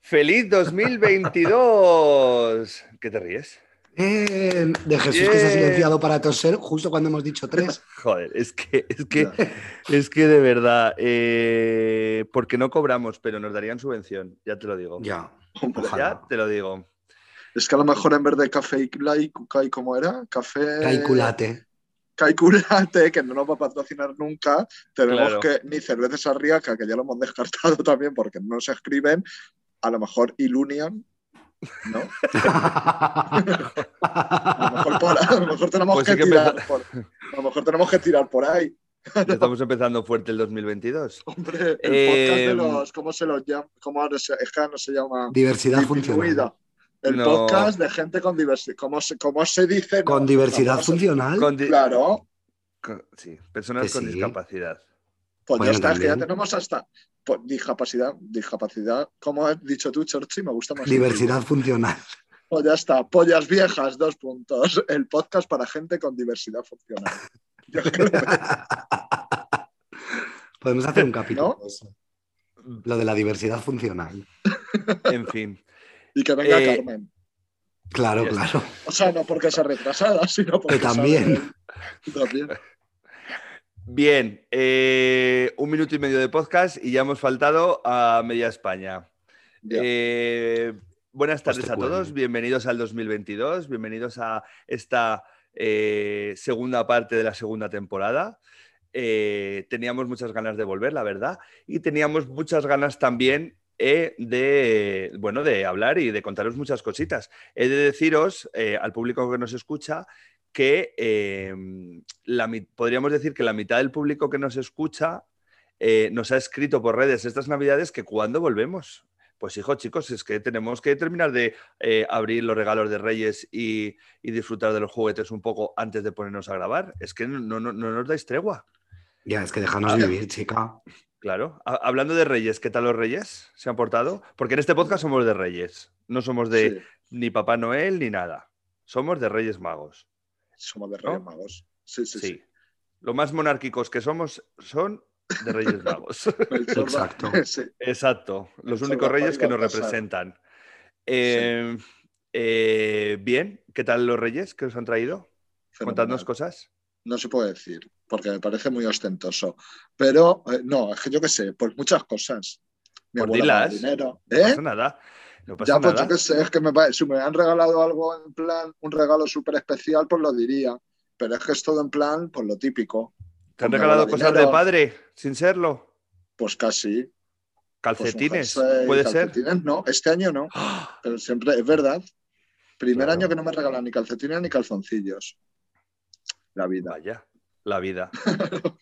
¡Feliz 2022! ¿Qué te ríes? Bien. De Jesús que se ha Bien. silenciado para toser justo cuando hemos dicho tres. Joder, es que, es que, es que de verdad, eh, porque no cobramos, pero nos darían subvención, ya te lo digo. Ya. Ya Ojalá. te lo digo. Es que a lo mejor en vez de café y cucay, ¿cómo era? Café. Calculate. Caiculate, que no nos va a patrocinar nunca. Tenemos Claro. que ni cervezas arriaca, que ya lo hemos descartado también porque no se escriben. A lo mejor Ilunion, ¿no? A lo mejor, por- a lo mejor tenemos Pues que sí que tirar por, a lo mejor tenemos que tirar por ahí. Ya Estamos empezando fuerte el 2022. Hombre, el podcast de Eh, los. ¿Cómo se los llama? ¿Cómo ahora se, es que no se llama? Diversidad Distribuida. funcional. El No. podcast de gente con diversidad. ¿Cómo se, cómo se dice? Con No, diversidad no, no, funcional. Con di- Claro, con- sí, personas Que con sí. discapacidad. pues Bueno, ya está, que ya también. tenemos hasta pues, discapacidad, discapacidad, como has dicho tú, Chorchi, me gusta más. Diversidad funcional. Pues ya está, pollas viejas, dos puntos. El podcast para gente con diversidad funcional. Yo creo que Podemos hacer un capítulo. ¿No? de eso. Lo de la diversidad funcional. En fin. Y que venga Eh, Carmen. Claro, Ya está. claro. O sea, no porque sea retrasada, sino porque. eh, Que también. sabe- también. Bien, eh, un minuto y medio de podcast y ya hemos faltado a media España. Ya. Eh, buenas Pues tardes te a todos, cuelgo. bienvenidos al 2022, bienvenidos a esta eh, segunda parte de la segunda temporada. Eh, teníamos muchas ganas de volver, la verdad, y teníamos muchas ganas también eh, de, bueno, de hablar y de contaros muchas cositas. He de deciros eh, al público que nos escucha que eh, la mi- podríamos decir que la mitad del público que nos escucha eh, nos ha escrito por redes estas navidades que cuándo volvemos. Pues hijo, chicos, es que tenemos que terminar de eh, abrir los regalos de Reyes y, y disfrutar de los juguetes un poco antes de ponernos a grabar. Es que no, no- no nos dais tregua. Ya, es que déjanos Ah, ya. vivir, chica. Claro. Ha- hablando de Reyes, ¿qué tal los Reyes? ¿Se han portado? Porque en este podcast somos de Reyes. No somos de Sí, ni Papá Noel ni nada. Somos de Reyes Magos. somos de Reyes ¿No? Magos. Sí, sí, Sí. sí. Lo más monárquicos que somos son de Reyes Magos. El chorba- Exacto. sí. Exacto, los Eso únicos Rafael reyes que nos Baltasar. representan. Eh, eh, bien, ¿qué tal los reyes que os han traído? Contadnos Fenomenal. cosas. no se puede decir, porque me parece muy ostentoso. Pero, eh, no, es que yo qué sé, pues muchas cosas. Mi Pues abuela me da dilas. dinero. No ¿Eh? pasa nada. No pasa Ya, pues nada. yo qué sé, es que me pa- si me han regalado algo en plan, un regalo súper especial, pues lo diría. Pero es que es todo en plan, pues lo típico. ¿Te han me regalado regala cosas de dinero. padre sin serlo? Pues casi. pues un ¿Calcetines? jersey, ¿Puede ser? calcetines, No, este año no, ¡Ah! pero siempre, es verdad. Primer Claro. año que no me regalan ni calcetines ni calzoncillos. La vida. Vaya, la vida.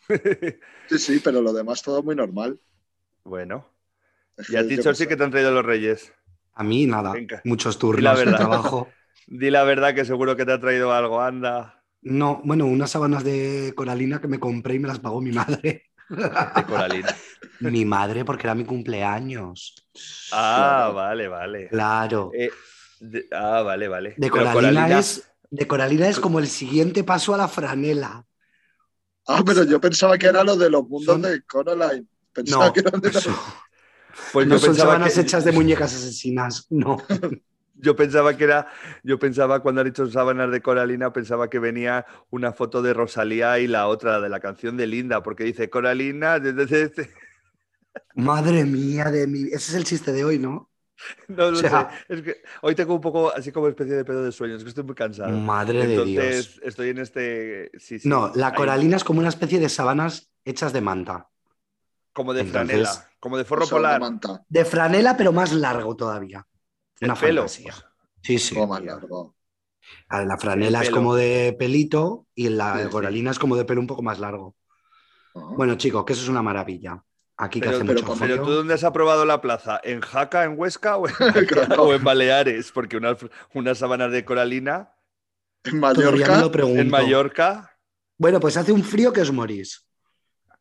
Sí, sí, pero lo demás todo muy normal. bueno. Es ¿Y a ti, yo qué Chorsi, sé. qué te han traído los reyes? A mí nada. Venga. Muchos turnos la de verdad. trabajo. Di la verdad que seguro que te ha traído algo, anda. No, bueno, unas sábanas de coralina que me compré y me las pagó mi madre. De Coralina. Mi madre, porque era mi cumpleaños. Ah, Claro. vale, vale. Claro. Eh, de- ah, vale, vale. De Pero coralina, es. De coralina es como el siguiente paso a la franela. Ah, pero yo pensaba que era lo de los mundos Son- de Coraline. Pensaba No, que eran de son- Pues no yo son pensaba sábanas que- hechas de muñecas asesinas. No. Yo pensaba que era, yo pensaba cuando ha dicho sábanas de Coralina, pensaba que venía una foto de Rosalía y la otra de la canción de Linda, porque dice Coralina, de- de- de- de- Madre mía de mi. Ese es el chiste de hoy, ¿no? no lo O sea- sé. Es que hoy tengo un poco así como especie de pedo de sueño, es que estoy muy cansado. Madre Mm, de Entonces Dios. estoy en este, sí, sí, No, la ahí, coralina es como una especie de sábanas hechas de manta. como de entonces- franela, como de forro Son de polar, manta, De franela, pero más largo todavía. el Una pelo. fantasía. Sí, sí. o más largo. A ver, La franela Oh, El es pelo. como de pelito y Sí, sí. la coralina es como de pelo un poco más largo. Ah, Bueno, chicos, que eso es una maravilla. Aquí que Pero, hace pero- mucho pero frío. tú dónde has aprobado la plaza? ¿En Jaca, en Huesca o en, Ah. Claro. o en Baleares? Porque unas unas sábanas de Coralina En Todavía me lo Mallorca, pregunto. en Mallorca. Bueno, pues hace un frío que os morís.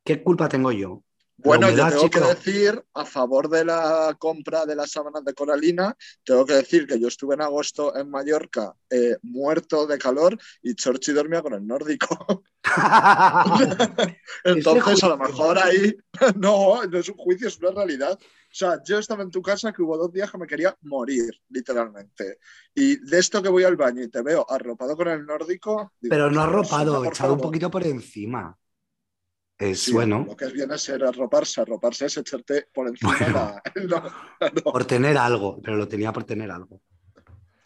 ¿Qué culpa tengo yo? La bueno, yo humedad, tengo que chico. decir, a favor de la compra de las sábanas de Coralina, tengo que decir que yo estuve en agosto en Mallorca eh, muerto de calor y Chorchi dormía con el nórdico. Entonces, a juicio. lo mejor ahí, no, no es un juicio, es una realidad. sea, yo estaba en tu casa que hubo dos días que me quería morir, literalmente. Y de esto que voy al baño y te veo arropado con el nórdico. digo, Pero no "Por arropado, favor, echado un por poquito por encima. Es Sí, bueno. Lo que es bien es ser arroparse, arroparse es echarte por encima Bueno. la- el no- Por tener algo, pero lo tenía por tener algo.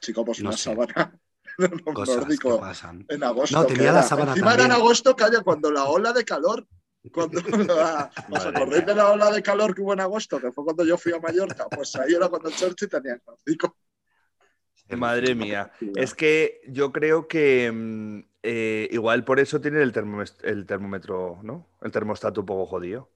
Chico, pues No una sé. sábana. Un Cosas que nórdico pasan. en agosto. No, que tenía la era- sábana Encima era en también. agosto, calla, cuando la ola de calor. Cuando la- ¿Os Madre acordáis mía. de la ola de calor que hubo en agosto? Que fue cuando yo fui a Mallorca. Pues ahí era cuando Churchill tenía el nórdico. Madre mía. Es que yo creo que mm, eh, igual por eso tiene el, termomes- el termómetro, ¿no? El termostato un poco jodido.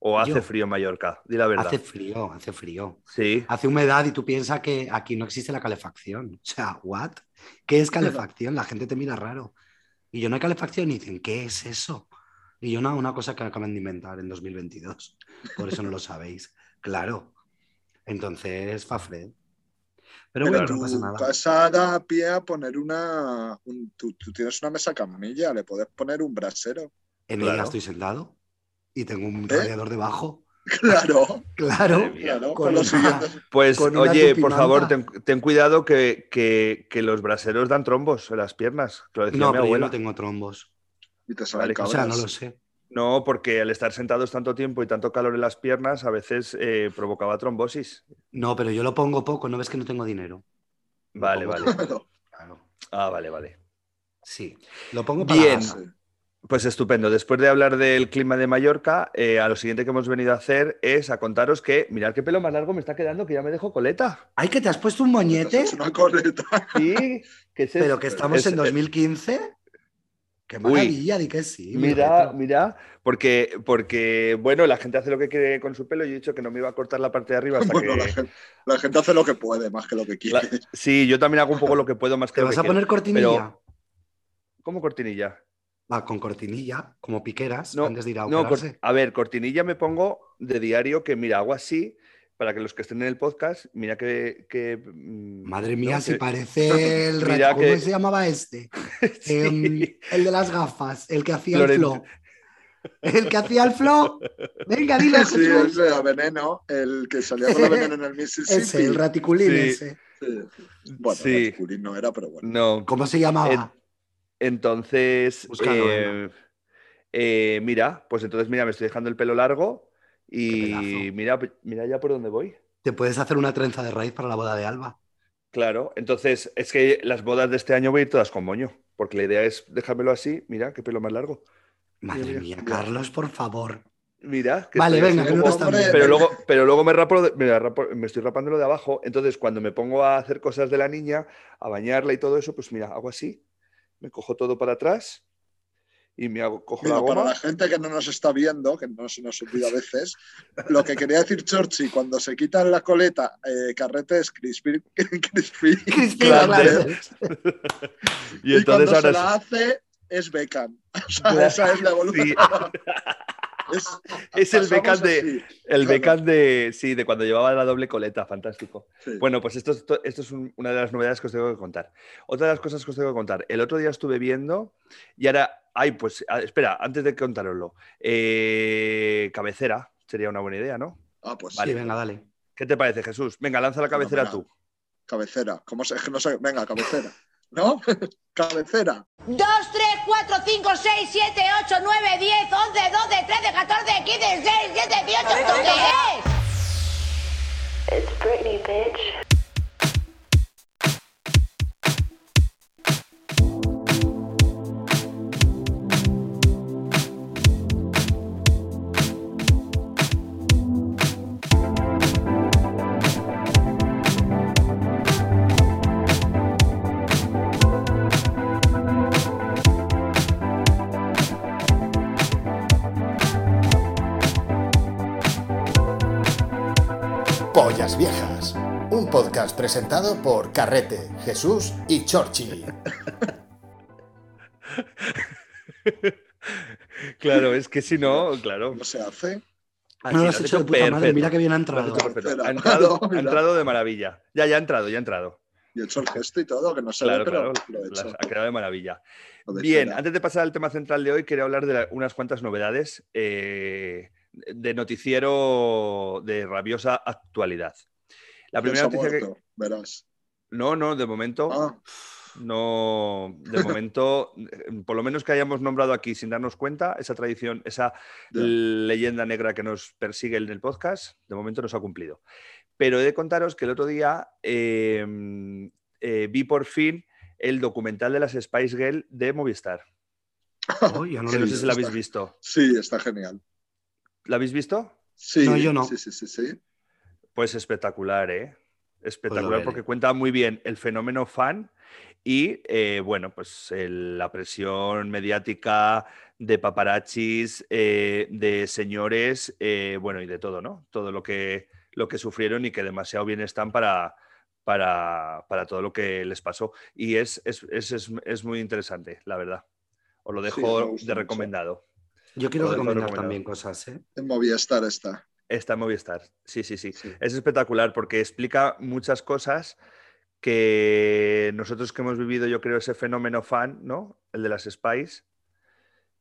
O hace Yo. frío en Mallorca, di la verdad. Hace frío, hace frío. Sí. Hace humedad y tú piensas que aquí no existe la calefacción. O sea, ¿what? ¿Qué es calefacción? La gente te mira raro. Y yo no hay calefacción y dicen, ¿qué es eso? Y yo no, una cosa que acaban de inventar en 2022. Por eso no lo sabéis. Claro. Entonces, Fafred. Pero Pero bueno, tu no pasa nada. casa da pie a poner una. un- tú, tú tienes una mesa camilla, le puedes poner un brasero. En Claro. ella estoy sentado y tengo un ¿Eh? radiador debajo. Claro, Claro. Madre claro. Con Con los una- siguientes. Pues Con una oye, por tupimanta. favor, ten, ten cuidado que, que- que los braseros dan trombos en las piernas. que Lo decía No, mi pero yo abuela. no tengo trombos. Y te salen Vale, O sea, no cabras. lo sé. No, porque al estar sentados tanto tiempo y tanto calor en las piernas, a veces eh, provocaba trombosis. No, pero yo lo pongo poco. ¿No ves que no tengo dinero? Lo Vale, pongo- vale. Claro. Claro. Ah, vale, vale. Sí. Lo pongo para... Bien. Sí. Pues estupendo. Después de hablar del clima de Mallorca, eh, a lo siguiente que hemos venido a hacer es a contaros que, mirad qué pelo más largo me está quedando, que ya me dejo coleta. Ay, que te has puesto un Te moñete, has hecho una coleta. Sí, que es pero es- que estamos es- en 2015. Qué Uy. maravilla, di que sí. mi Mira, retro. mira, porque, porque, bueno, la gente hace lo que quiere con su pelo. Yo he dicho que no me iba a cortar la parte de arriba hasta Bueno, que. la, gente, la gente hace lo que puede, más que lo que quiere. la- Sí, yo también hago un poco lo que puedo más que ¿Te lo vas que a quiero. poner cortinilla? pero- ¿Cómo cortinilla? Va, con cortinilla, como piqueras, No, antes de ir a No, cor- operarse. a ver, cortinilla me pongo de diario que mira, hago así para que los que estén en el podcast, mira que. que, mm, Madre mía, no, si que- parece el... Mira ra- ¿Cómo que- se llamaba este? Sí. Em, el de las gafas, el que hacía el Florent- flow. El que hacía el flow. Venga, dile Sí, el Jesús. de la veneno, el que salía con la veneno en el Mississippi. Ese, el raticulín Sí. ese. Sí. Bueno, Sí. raticulín no era, pero bueno. No. ¿Cómo se llamaba? Entonces, Búscalo, eh, eh, mira, pues entonces, mira, me estoy dejando el pelo largo Qué y pedazo. mira, mira ya por dónde voy. ¿Te puedes hacer una trenza de raíz para la boda de Alba? Claro, entonces es que las bodas de este año voy a ir todas con moño, porque la idea es dejármelo así, mira, qué pelo más largo. Madre Mira, mía, mira. Carlos, por favor. Mira, que Vale, estoy así venga, que no como- nos estamos. Pero luego, pero luego me, rapo de- me, rapo- me estoy rapando lo de abajo, entonces cuando me pongo a hacer cosas de la niña, a bañarla y todo eso, pues mira, hago así, me cojo todo para atrás y me hago, cojo Mira, la para goma. la gente que no nos está viendo, que no se nos olvida a veces, lo que quería decir Chorchi, cuando se quitan la coleta, eh, carrete es crispy. crispy Cristina, Grande. claro. Y, entonces cuando ahora se sí. la hace, es Beckham. O sea, esa es la evolución. Sí, Es, Es el pasamos Beckham de- así, el Claro. Beckham de, sí, de cuando llevaba la doble coleta, fantástico. sí. Bueno, pues esto, esto, esto es un- una de las novedades que os tengo que contar. Otra de las cosas que os tengo que contar. El otro día estuve viendo y ahora, ay, pues a- espera, antes de contároslo, eh, cabecera sería una buena idea, ¿no? Ah, pues Vale. Sí, venga, dale. ¿Qué te parece, Jesús? Venga, lanza la cabecera Fenomenal. tú. cabecera. ¿Cómo se, es que no sé, venga, cabecera. ¿No? cabecera. 2, 3, 4, 5, 6, 7, 8, 9, 10, 11, 12, 13, 14, 15, 16, 17, 18, ¿esto qué es? It's Britney, bitch. Pollas Viejas, un podcast presentado por Carrete, Jesús y Chorchi. Claro, es que si no, claro. ¿Cómo se hace? Así, No lo lo has has hecho de hecho puta madre. perfecto. Mira que bien ha Lo has entrado. hecho perfecto. Espera, Ha entrado, no, ha mira. entrado de maravilla. Ya, ya ha entrado, ya ha entrado. Yo he hecho el gesto y todo, que no se Claro, ve, pero claro. lo he las- hecho. Ha quedado de maravilla. Lo de Bien, fuera. antes de pasar al tema central de hoy, quería hablar de la- unas cuantas novedades eh, de noticiero de rabiosa actualidad. La Dios primera ha noticia que... Oh. muerto, Verás. No, no, de momento... Ah, No, de momento, eh, por lo menos que hayamos nombrado aquí sin darnos cuenta, esa tradición, esa Ya. leyenda negra que nos persigue en el podcast, de momento no se ha cumplido. Pero he de contaros que el otro día eh, eh, vi por fin el documental de las Spice Girl de Movistar. Oh, yo no que lo no sé he si visto. lo habéis visto. sí, está genial. ¿La habéis visto? Sí, No, yo no. Sí, sí, sí, sí. Pues espectacular, ¿eh? Pues Espectacular veré. porque cuenta muy bien el fenómeno fan y, eh, bueno, pues el- la presión mediática de paparachis, eh, de señores, eh, bueno, y de todo, ¿no? Todo lo que, lo que sufrieron y que demasiado bien están para, para, para todo lo que les pasó. Y es, es, es- es- es muy interesante, la verdad. Os lo Sí, me dejo gusta de mucho. recomendado. Yo quiero Lo dejo recomendar recomendado. también cosas, ¿eh? En Movistar está. Está en Movistar. Sí, sí, sí. Sí. Es espectacular porque explica muchas cosas que nosotros que hemos vivido, yo creo, ese fenómeno fan, ¿no? El de las Spice.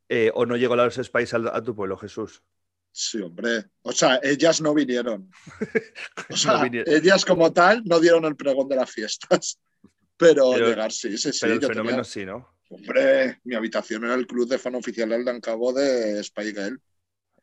Eh, o no llegó a los Spice al- a, tu pueblo, Jesús. Sí, hombre. O sea, ellas no vinieron. O sea, No vinieron. ellas como tal no dieron el pregón de las fiestas. Pero, Pero- llegar sí, sí, sí. Pero el yo fenómeno tenía- sí, ¿no? Hombre, mi habitación era el club de fan oficial al Dancabo de Spy Girl.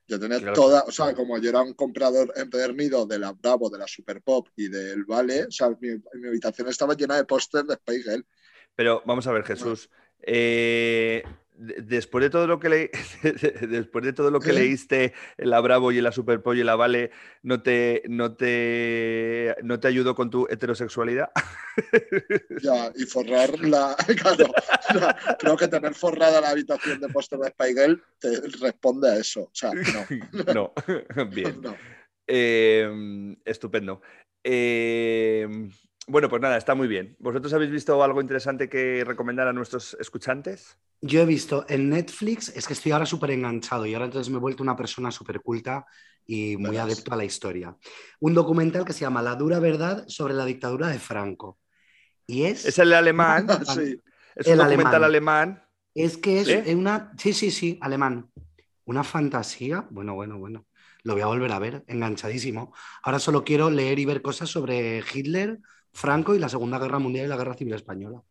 Yo tenía Claro. toda, o sea, como yo era un comprador empedernido de la Bravo, de la Super Pop y del Vale, o sea, mi, mi habitación estaba llena de pósters de Spy Girl. Pero vamos a ver, Jesús. eh, de- después de todo lo que le- después de todo lo que ¿Eh? leíste en la Bravo y en la Superpollo y la Vale, ¿no te, no te, no te ayudó con tu heterosexualidad? Ya, y forrar la. Claro, o sea, creo que tener forrada la habitación de pósters de Spy Girl te responde a eso. O sea, no. no. Bien. no. Eh, estupendo. Eh, bueno, pues nada, está muy bien. ¿Vosotros habéis visto algo interesante que recomendar a nuestros escuchantes? Yo he visto en Netflix, es que estoy ahora súper enganchado y ahora entonces me he vuelto una persona súper culta y muy Verás. adepto a la historia. Un documental que se llama La dura verdad sobre la dictadura de Franco. Y es, Es el alemán, Sí, es un El documental alemán. es que es ¿Sí? es una, sí, sí, sí, alemán, una fantasía. Bueno, bueno, bueno, lo voy a volver a ver, enganchadísimo. Ahora solo quiero leer y ver cosas sobre Hitler, Franco y la Segunda Guerra Mundial y la Guerra Civil Española.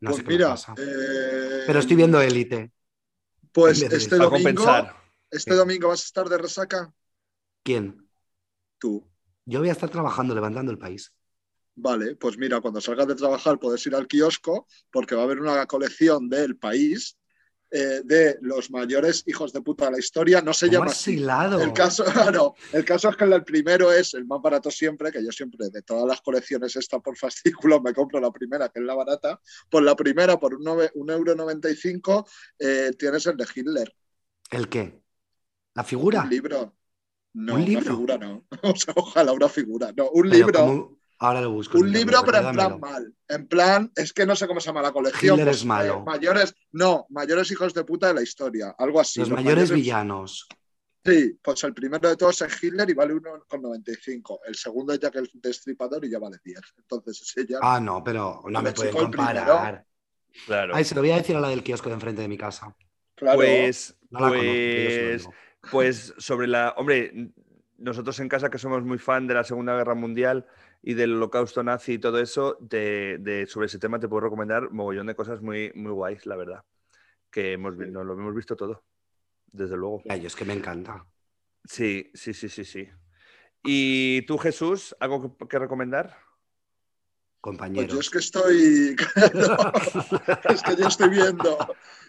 No pues sé qué me mira. pasa. eh, Pero estoy viendo Élite. Pues en vez de este Para domingo, compensar. este domingo vas a estar de resaca ¿Quién? tú. Yo voy a estar trabajando, levantando el país. Vale, pues mira, cuando salgas de trabajar puedes ir al kiosco porque va a haber una colección del país eh, de los mayores hijos de puta de la historia. No se ¿Cómo llama has así. hilado? El caso, no, el caso es que el primero es el más barato siempre, que yo siempre de todas las colecciones esta por fascículo me compro la primera, que es la barata. Por la primera, por un nove- un euro 95, eh, tienes el de Hitler, ¿El qué? ¿La figura? un libro. No, ¿Un una libro? figura no. O sea, ojalá una figura. No, un Pero libro. como- Ahora lo busco. Un Pues mira, libro, pero en recuérdamelo. plan mal. En plan, es que no sé cómo se llama la colección. Hitler pues, es malo. eh, mayores, no, mayores hijos de puta de la historia. Algo así. Los mayores villanos. Sí, pues el primero de todos es Hitler y vale 1,95. El segundo es Jack el Destripador y ya vale 10. Entonces ese ya. Ah, no, pero no me Hombre, pueden chico, el primero. comparar. Claro. Ay, se lo voy a decir a la del kiosco de enfrente de mi casa. claro. Pues, No la conozco, que yo se lo pues, digo. pues sobre la. Hombre, nosotros en casa que somos muy fan de la Segunda Guerra Mundial y del Holocausto nazi y todo eso, de, de- sobre ese tema te puedo recomendar mogollón de cosas muy, muy guays, la verdad. Que hemos, vi- nos lo hemos visto todo, desde luego. Ya, yo es que me encanta. Sí, sí, sí, sí, sí. ¿Y tú, Jesús, algo que, que recomendar? Pues yo Compañeros. es que estoy. claro, es que yo estoy viendo.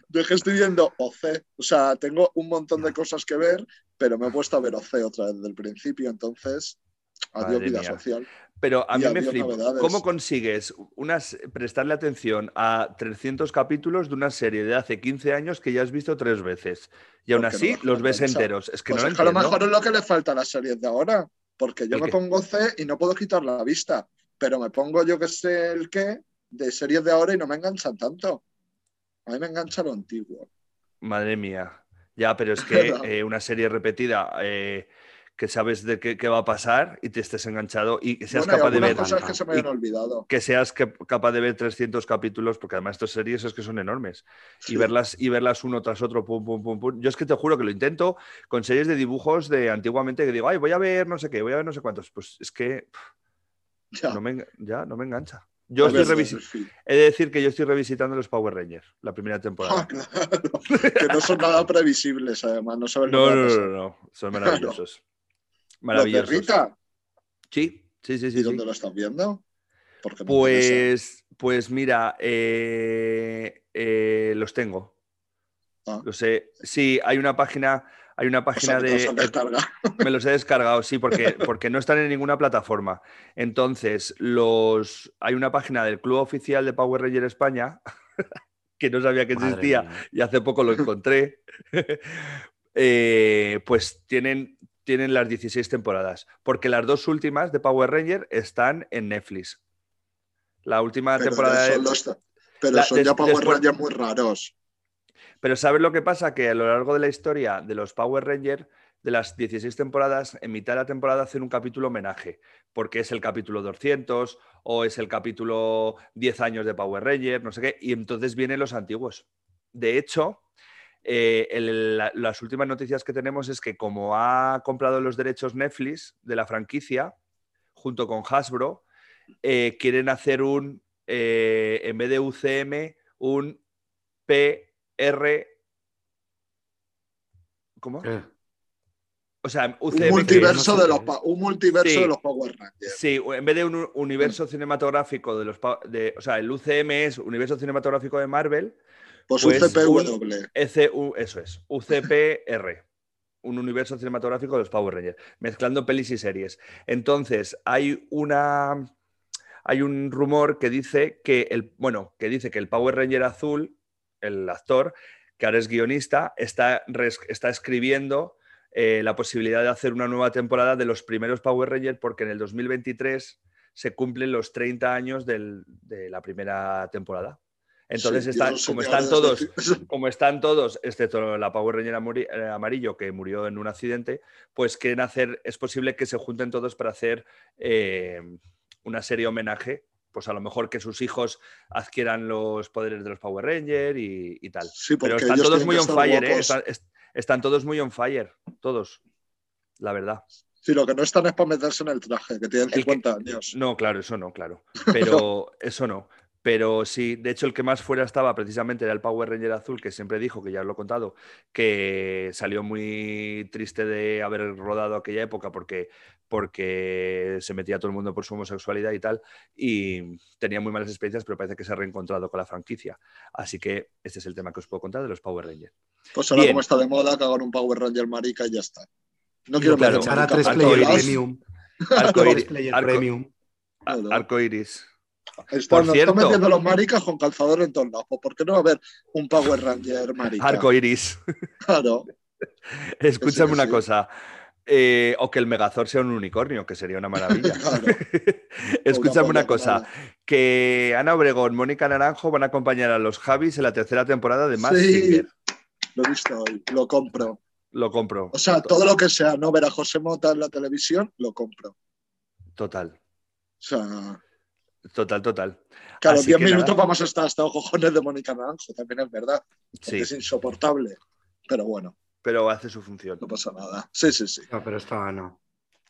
Yo es que estoy viendo OC. O sea, tengo un montón de cosas que ver, pero me he puesto a ver OC otra vez desde el principio. Entonces, adiós, Madre vida mía. social. Pero a Y mí me había flipa. novedades. ¿Cómo consigues unas, prestarle atención a 300 capítulos de una serie de hace 15 años que ya has visto tres veces? Y aún Porque Pues no así vas a los ves pensar. enteros. Es que pues no es lo que a lo entiendo. mejor es lo que le falta a las series de ahora, porque yo ¿El me qué? pongo C y no puedo quitar la vista, pero me pongo yo que sé el qué de series de ahora y no me enganchan tanto. A mí me engancha lo antiguo. Madre mía. Ya, pero es que No. eh, una serie repetida eh, que sabes de qué, qué va a pasar y te estés enganchado y que seas Bueno, y capaz de algunas ver cosas que se y- me habían olvidado. que seas cap- capaz de ver 300 capítulos, porque además estas series es que son enormes, Sí. y, verlas, y verlas uno tras otro, pum, pum, pum, pum. Yo es que te juro que lo intento con series de dibujos de antiguamente que digo, ay, voy a ver no sé qué, voy a ver no sé cuántos. Pues es que Ya. Pues no me, en- ya no me engancha. Yo A estoy ver, revisi- sí. He de decir que yo estoy revisitando los Power Rangers, la primera Ah, temporada. claro. Que no son nada previsibles, además. No saben lo No, no, que va a no, pasar. no, no, son maravillosos. ¿Los de Maravillosos. Rita? Sí, sí, sí, sí. ¿Y sí. dónde lo estás viendo? Porque me interesa. Pues, pues mira, eh, eh, los tengo. Ah. Los he- sí, hay una página, hay una O página sea, que te los han de. descargado. Me los he descargado, sí, porque, porque no están en ninguna plataforma. Entonces, los, hay una página del Club Oficial de Power Ranger España que no sabía que Madre existía mía. y hace poco lo encontré, eh, pues tienen, tienen las 16 temporadas, porque las dos últimas de Power Ranger están en Netflix. La última Pero temporada son, de- los- pero la- son des- ya Power después- Rangers muy raros. Pero ¿sabes lo que pasa? Que a lo largo de la historia de los Power Ranger, de las 16 temporadas, en mitad de la temporada hacen un capítulo homenaje, porque es el capítulo 200 o es el capítulo 10 años de Power Ranger, no sé qué, y entonces vienen los antiguos. De hecho, eh, el- la- las últimas noticias que tenemos es que como ha comprado los derechos Netflix de la franquicia, junto con Hasbro, eh, quieren hacer un, eh, en vez de UCM, un PR... ¿Cómo? Eh, O sea, Un UCM... multiverso, no sé de qué los, es. pa- un multiverso Sí. de los Power Rangers. Sí, o en vez de un u- universo cinematográfico de los... pa- de- o sea, el UCM es Universo Cinematográfico de Marvel, Pues, Pues un CPW. ECU, E eso es, UCPR, un universo cinematográfico de los Power Rangers, mezclando pelis y series. Entonces, hay una hay un rumor que dice que el bueno, que dice que el Power Ranger azul, el actor que ahora es guionista, está res- está escribiendo eh, la posibilidad de hacer una nueva temporada de los primeros Power Rangers porque en el 2023 se cumplen los 30 años del- de la primera temporada. Entonces, Sí, está- yo no sé como qué están ahora todos, estoy- como están todos, excepto la Power Ranger amuri- eh, amarillo que murió en un accidente, pues quieren hacer, es posible que se junten todos para hacer eh, una serie homenaje, pues a lo mejor que sus hijos adquieran los poderes de los Power Rangers y, y tal. Sí, porque Pero están ellos todos tienen muy que on estar fire, ¿eh? guapos. Están, est- están todos muy on fire, todos, la verdad. Sí, lo que no están es para meterse en el traje, que tienen que- 50 años. No, claro, eso no, claro. Pero eso no. Pero sí, de hecho el que más fuera estaba precisamente era el Power Ranger azul, que siempre dijo, que ya os lo he contado, que salió muy triste de haber rodado aquella época porque, porque se metía todo el mundo por su homosexualidad y tal, y tenía muy malas experiencias, pero parece que se ha reencontrado con la franquicia. Así que este es el tema que os puedo contar de los Power Rangers. Pues ahora, Bien. como está de moda, que hagan un Power Ranger marica y ya está. No, No quiero claro, meter echar Para a marica tres por Arcoiris. player todos premium. Tres lados. Arcoiris. player Arco- premium. a- arcoiris. Están, Por están cierto- metiendo los maricas con calzador en todos lados. Pues, ¿Por qué no va a haber un Power Ranger marica? Arcoiris. Claro. Escúchame sí, una sí. cosa. eh, o que el Megazord sea un unicornio, que sería una maravilla. Claro. Escúchame una polla cosa. Que Ana Obregón, Mónica Naranjo van a acompañar a los Javis en la tercera temporada de Mask Sí. Singer. Lo he visto hoy, lo compro. Lo compro. O sea, todo lo que sea no ver a José Mota en la televisión, lo compro. O Total, sea, total, total. claro, Así 10 que nada. minutos vamos a estar hasta los cojones de Mónica Naranjo, también es verdad. porque Sí, Es insoportable. Pero bueno, pero hace su función. no pasa nada. Sí, sí, sí. No, pero estaba no.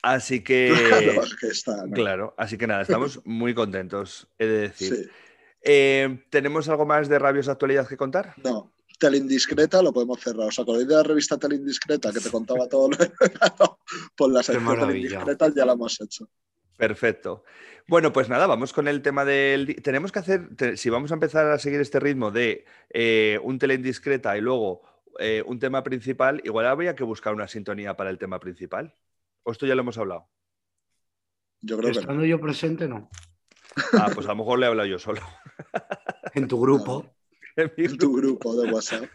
Así que, Claro, es que está, ¿no? Eh, claro, así que nada, estamos muy contentos, he de decir. Sí. Eh, ¿Tenemos algo más de Rabios Actualidad que contar? No, Teleindiscreta lo podemos cerrar. ¿Os acordáis de la revista Teleindiscreta que te contaba todo lo Pues la sección maravilla. Teleindiscreta ya la hemos hecho. Perfecto. Bueno, pues nada, vamos con el tema del... di- Tenemos que hacer, te- si vamos a empezar a seguir este ritmo de eh, un tele indiscreta y luego eh, un tema principal, igual habría que buscar una sintonía para el tema principal. O esto ya lo hemos hablado. Yo creo que no. Estando yo presente, no. Ah, pues a lo mejor le he hablado yo solo. En tu grupo. En mi En grupo. tu grupo de WhatsApp.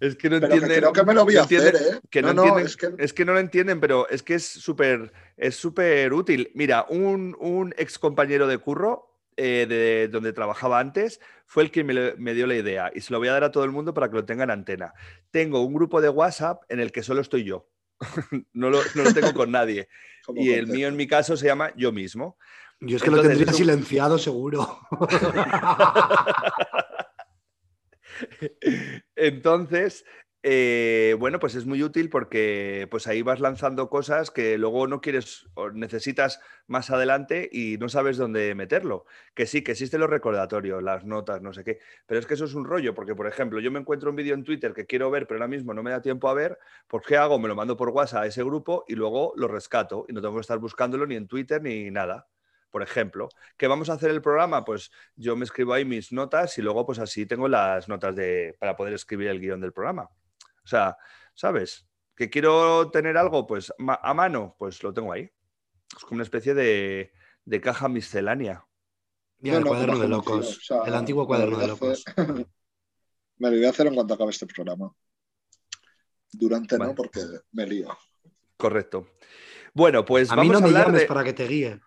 es que no Pero que entienden... creo que me lo voy a no entienden- hacer, ¿eh? que no no, no, entienden- es que Es que no lo entienden, pero es que es súper es súper útil. Mira, un, un ex compañero de curro eh, de donde trabajaba antes fue el que me, lo- me dio la idea y se lo voy a dar a todo el mundo para que lo tengan antena. Tengo un grupo de WhatsApp en el que solo estoy yo. no, lo, no lo tengo con nadie. como Y el concepto. mío en mi caso se llama yo mismo. Yo es que lo Entonces, tendría es un- silenciado seguro. Entonces, eh, bueno, pues es muy útil porque pues ahí vas lanzando cosas que luego no quieres o necesitas más adelante y no sabes dónde meterlo. Que sí, que existen los recordatorios, las notas, no sé qué. Pero es que eso es un rollo, porque por ejemplo, yo me encuentro un vídeo en Twitter que quiero ver, pero ahora mismo no me da tiempo a ver, pues ¿qué hago? Me lo mando por WhatsApp a ese grupo y luego lo rescato y no tengo que estar buscándolo ni en Twitter ni nada. Por ejemplo, ¿qué vamos a hacer el programa? Pues yo me escribo ahí mis notas y luego pues así tengo las notas de, para poder escribir el guión del programa. O sea, ¿sabes? ¿Que quiero tener algo pues ma- a mano? Pues lo tengo ahí. Es como una especie de, de caja miscelánea. Ya, No, el no, cuaderno como de conocido, locos. o sea, el antiguo cuaderno de me lo voy a locos. hacer. Me lo voy a hacer en cuanto acabe este programa. Durante Vale. no, porque me lío. Correcto. Bueno, pues A mí vamos no a me hablar llames de... para que te guíe.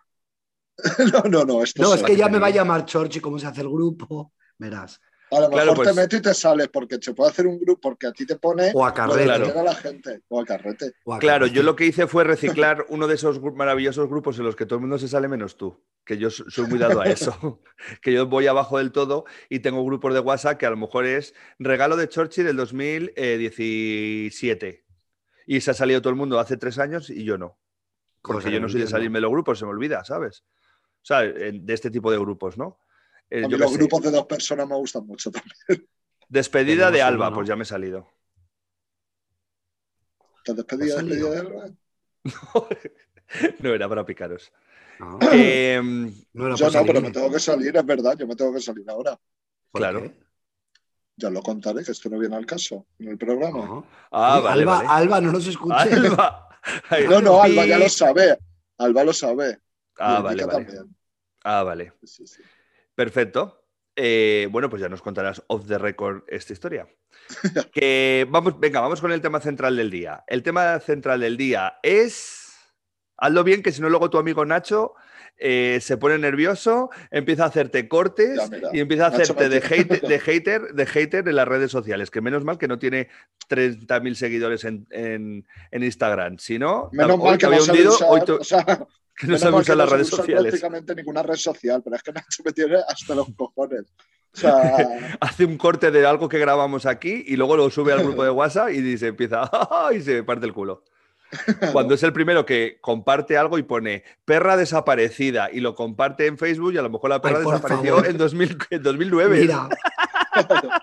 No, no, no. Esto No, es- es que ya me tenía. va a llamar Chorchi cómo se hace el grupo. Verás. A lo Claro, mejor pues- te metes y te sales porque se puede hacer un grupo porque a ti te pone O a lo carrete. de Claro. meter a la gente o a carrete. o a Claro, carrete. yo lo que hice fue reciclar uno de esos gru- maravillosos grupos en los que todo el mundo se sale menos tú, que yo so- soy muy dado a eso, que yo voy abajo del todo y tengo grupos de WhatsApp que a lo mejor es regalo de Churchill del 2017 y se ha salido todo el mundo hace tres años y yo no, porque Cosa yo que no soy de entiendo. salirme de los grupos, se me olvida, ¿sabes? O sea, en- de este tipo de grupos, ¿no? Eh, A mí yo qué los sé, grupos de dos personas me gustan mucho también. Despedida de Tenemos Alba, uno, ¿no? pues ya me he salido. ¿Te has despedido, ¿Te Pues has salido? despedido de Alba? no era para picaros. No, pues Em, no era por Yo no, pero salirme. me tengo que salir, es verdad, yo me tengo que salir ahora. ¿Por claro. qué? Ya lo contaré, que esto no viene al caso en el programa. No. ah, vale, Alba, vale. Alba, no nos escuches. Alba. Ahí. No, no, Alba ya Y- lo sabe. Alba lo sabe. Ah, Y vale, Enrique vale. también. Ah, vale. Sí, sí. Perfecto. Eh, bueno, pues ya nos contarás off the record esta historia. que vamos, venga, vamos con el tema central del día. El tema central del día es. Hazlo bien, que si no, luego tu amigo Nacho eh, se pone nervioso, empieza a hacerte cortes Ya, mira, y empieza a Nacho hacerte de, Martín. hate- de hater, de hater en las redes sociales. Que menos mal que no tiene 30.000 seguidores en, en- en Instagram. Si no, Menos hoy mal te que había no sabe hundido, usar, hoy te- o sea, que no menos sabe mal usar que no las sabe redes usar sociales. prácticamente ninguna red social, pero es que Nacho me tiene hasta los cojones. O sea, hace un corte de algo que grabamos aquí y luego lo sube al grupo de WhatsApp y se empieza ¡ah, y se parte el culo. Cuando es el primero que comparte algo y pone perra desaparecida y lo comparte en Facebook y a lo mejor la perra Ay, por desapareció favor. en, 2000 en 2009. Mira.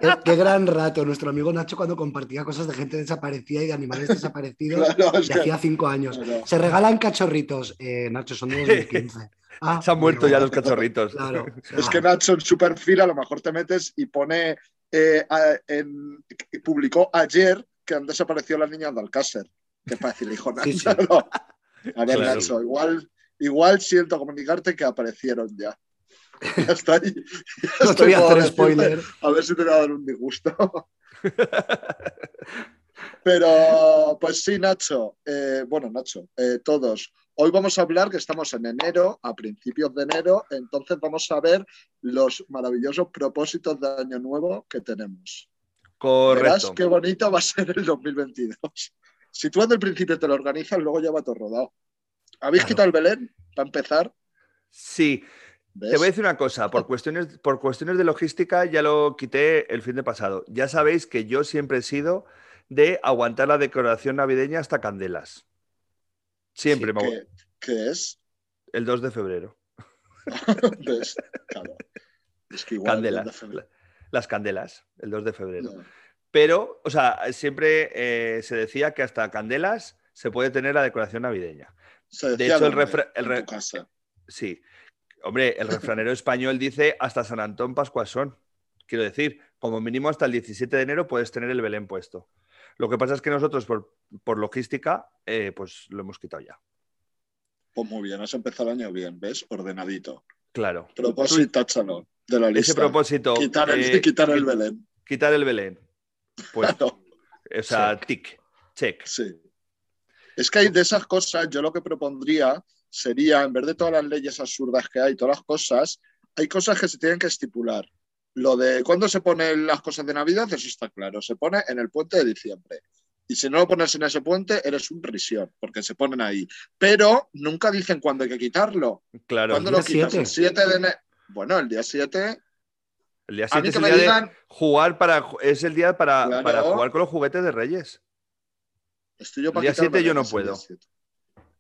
qué, qué gran rato. Nuestro amigo Nacho cuando compartía cosas de gente desaparecida y de animales desaparecidos claro, es de que- hacía cinco años. Claro. Se regalan cachorritos, eh, Nacho, son de 2015. Ah, Se han muerto bueno, ya los cachorritos. Claro. o sea, Es que Nacho en su perfil a lo mejor te metes y pone, eh, a- en- que publicó ayer que han desaparecido las niñas de Alcácer. Qué fácil, hijo Nacho. Sí, sí. ¿no? A ver, Claro. Nacho, igual, igual siento comunicarte que aparecieron ya. Ya está ahí. Ya no te voy a estoy por hacer decirte, spoiler. A ver si te va a dar un disgusto. Pero, pues sí, Nacho. eh, bueno, Nacho, eh, todos. Hoy vamos a hablar que estamos en enero, a principios de enero, entonces vamos a ver los maravillosos propósitos de año nuevo que tenemos. Verás Correcto. qué bonito va a ser el 2022. Si tú desde el principio te lo organizas, luego ya va todo rodado. ¿Habéis Claro. quitado el Belén para empezar? Sí, ¿Ves? te voy a decir una cosa. Por cuestiones, por cuestiones de logística ya lo quité el fin de pasado. Ya sabéis que yo siempre he sido de aguantar la decoración navideña hasta candelas. Siempre me ¿Qué, qué es? El 2 de febrero. ¿Ves? Claro. Es que igual, ¿dónde Candelas. fue? La- Las candelas, el 2 de febrero. No. Pero, o sea, siempre eh, se decía que hasta candelas se puede tener la decoración navideña. Se De decía hecho, el dónde, refra- el en re- tu casa. Sí. Hombre, el refranero español dice hasta San Antón Pascuasón. Quiero decir, como mínimo hasta el 17 de enero puedes tener el Belén puesto. Lo que pasa es que nosotros, por, por logística, eh, pues lo hemos quitado ya. Pues muy bien, has empezado el año bien, ¿ves? Ordenadito. Claro. Propósito, táchalo de la Ese lista. propósito. quitar, el, eh, quitar el qui- Belén. Quitar el Belén. Pues, Claro, o sea, tic, check. sí. Es que hay de esas cosas, yo lo que propondría sería, en vez de todas las leyes absurdas que hay, todas las cosas, hay cosas que se tienen que estipular. Lo de cuándo se ponen las cosas de Navidad, eso está claro. Se pone en el puente de diciembre. Y si no lo pones en ese puente, eres un prisión, porque se ponen ahí. Pero nunca dicen cuándo hay que quitarlo. Claro. ¿Cuándo el lo día quitas? siete. El 7 de enero. Bueno, el día 7. El día A 7 mí es que el me día de digan, jugar para. Es el día para, Claro. para jugar con los juguetes de Reyes. Estoy yo El para día quitarme siete yo no velas el día puedo. siete.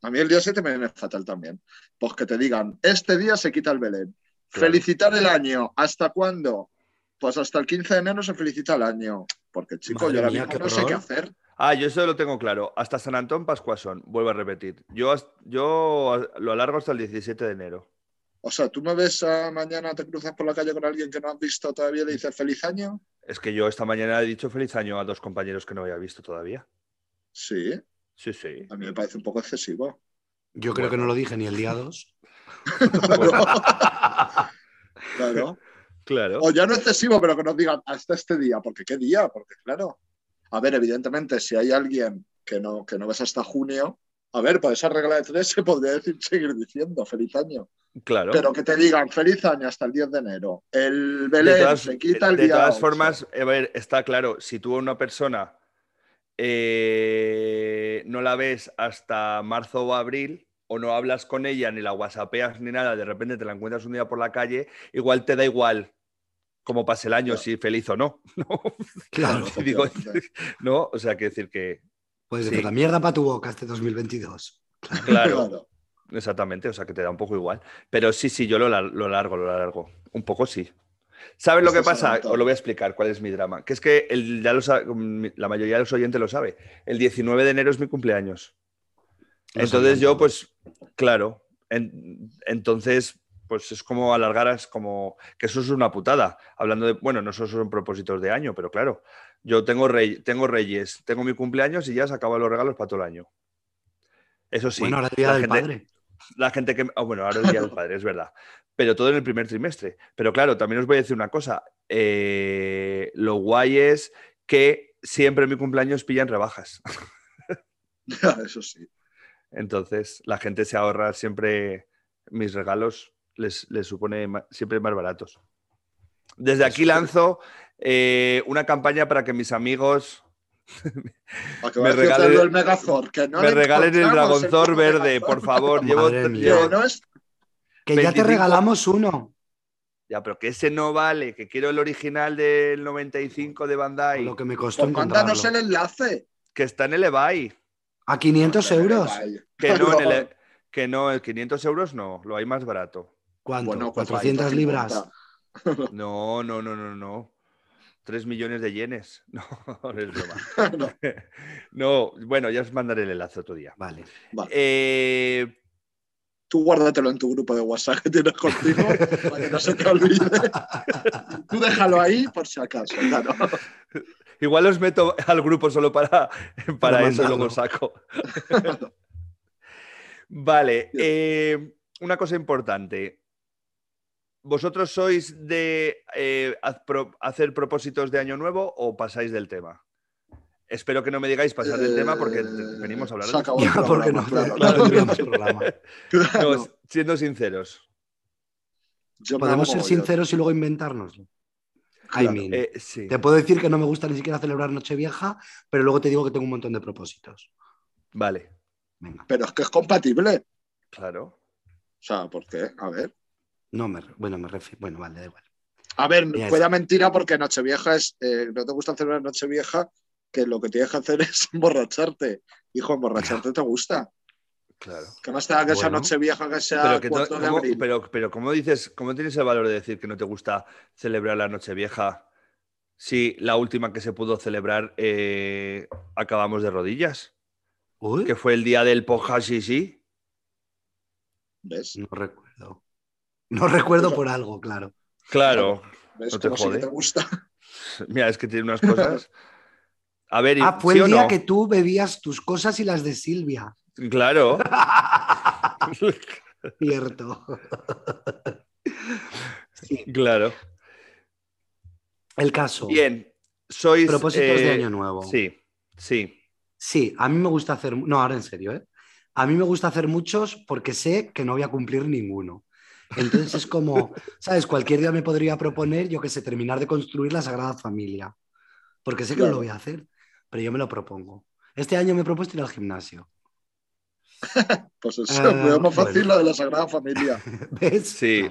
A mí el día 7 me viene fatal también. Pues que te digan, este día se quita el Belén. Claro. Felicitar el año. ¿Hasta cuándo? Pues hasta el 15 de enero se felicita el año. Porque, chico, Madre yo ahora mía, mismo qué no sé horror. qué hacer. Ah, yo eso lo tengo claro. Hasta San Antón Pascuasón. Vuelvo a repetir. Yo, hasta- yo a- lo alargo hasta el 17 de enero. O sea, tú me ves ah, mañana, te cruzas por la calle con alguien que no has visto todavía y le dices feliz año. Es que yo esta mañana he dicho feliz año a dos compañeros que no había visto todavía. Sí, Sí, sí. a mí me parece un poco excesivo. Yo creo que no lo dije ni el día 2. Claro. Claro. O ya no excesivo, pero que nos digan hasta este día, porque qué día, porque claro. A ver, evidentemente, si hay alguien que no, que no ves hasta junio, a ver, para esa regla de tres se podría decir, seguir diciendo feliz año. Claro. Pero que te digan feliz año hasta el 10 de enero. El de Belén todas, se quita el de día. todas 8. formas, eh, a ver, está claro, si tú a una persona eh, no la ves hasta marzo o abril, o no hablas con ella, ni la whatsappeas ni nada, de repente te la encuentras un día por la calle, igual te da igual cómo pase el año, Claro. si feliz o no. Claro. te digo- ¿No? O sea, que decir que, Pues Sí. de la mierda para tu boca este 2022. claro, exactamente, o sea, que te da un poco igual. Pero sí, sí, yo lo, lar- lo largo, lo largo. Un poco sí. ¿Sabes lo que Estás pasa? adelantado. Os lo voy a explicar cuál es mi drama. Que es que el- ya lo sa- la mayoría de los oyentes lo sabe. El 19 de enero es mi cumpleaños. Lo entonces sabían yo, todos. pues, claro. en- entonces, pues es como alargar, es como que eso es una putada. Hablando de, bueno, no esos son propósitos de año, pero claro, yo tengo, rey, tengo reyes, tengo mi cumpleaños y ya se acaban los regalos para todo el año. Eso sí. bueno, ahora es día la del gente- padre. la gente que. ah, bueno, ahora es Día del Padre, es verdad. Pero todo en el primer trimestre. Pero claro, también os voy a decir una cosa. eh, lo guay es que siempre en mi cumpleaños pillan rebajas. Eso sí. Entonces, la gente se ahorra siempre mis regalos, les, les supone ma- siempre más baratos. Desde aquí lanzo eh, una campaña para que mis amigos A que Me me regalen- regalen el Megazord. Que no me le regalen el encontramos Dragonzor puto verde, por Megazord. favor. Llevo, Madre mía. llevo- Que no es- Que ya 25. te regalamos uno. Ya, pero que ese no vale, que quiero el original del 95 de Bandai. Lo que me costó Pues encontrarlo. mándanos el enlace. Que está en el eBay. A 500 euros. Vale. Que no, en el, e- pues que no, el 500 euros no, lo hay más barato. ¿Cuánto? Bueno, pues 400 libras. 450. No, no, no, no, no. 3 millones de yenes. No, no es broma. No, No, bueno, ya os mandaré el enlace otro día. Vale. vale. Eh, Tú guárdatelo en tu grupo de WhatsApp que tienes contigo para que no se te olvide. Tú déjalo ahí por si acaso, claro. igual os meto al grupo solo para, para Para eso y luego mandarlo. os saco. Vale, eh, una cosa importante. ¿Vosotros sois de eh, haz pro- hacer propósitos de año nuevo o pasáis del tema? Espero que no me digáis pasar del tema porque te- Eh, venimos a hablar se de acabó el Ya, programa, porque no, claro, no claro. tendríamos programa. No, Claro. s- siendo sinceros, Yo me Podemos ser hago mogollón. sinceros y luego inventárnoslo. Jaime, eh, sí. te puedo decir que no me gusta ni siquiera celebrar Nochevieja, pero luego te digo que tengo un montón de propósitos. Vale, Venga, Pero es que es compatible. O claro. sea, ¿por qué? A ver. no me, bueno, me refiero, bueno, vale, da igual. A ver, Mira, fuera mentira porque Nochevieja es. eh, no te gusta celebrar Nochevieja, que lo que tienes que hacer es emborracharte. Hijo, emborracharte te gusta. Claro. Que más te da que sea Bueno. Nochevieja, que sea Pero, que to- cuarto de ¿cómo- abril. pero- pero ¿cómo dices, cómo tienes el valor de decir que no te gusta celebrar la Nochevieja si la última que se pudo celebrar eh, acabamos de rodillas? Uy, Que fue el día del Poja, sí, sí. ¿Ves? no recuerdo. No recuerdo Pero- por algo, claro. Claro. ¿Ves No te cómo sí que jode. te gusta? Mira, es que tiene unas cosas. A ver, y- Ah, fue ¿sí el o día no? que tú bebías tus cosas y las de Silvia. Claro. Cierto. Sí, claro. el caso. Bien. Sois. Propósitos de eh, año nuevo. Sí, sí. Sí, a mí me gusta hacer, no, ahora en serio, ¿eh? A mí me gusta hacer muchos porque sé que no voy a cumplir ninguno. Entonces es como, ¿sabes? Cualquier día me podría proponer, yo que sé, terminar de construir la Sagrada Familia, porque sé que no Claro. lo voy a hacer, pero yo me lo propongo. Este año me he propuesto ir al gimnasio. Pues es Ah, veo más fácil bueno. lo de la Sagrada Familia. ¿Ves? Sí.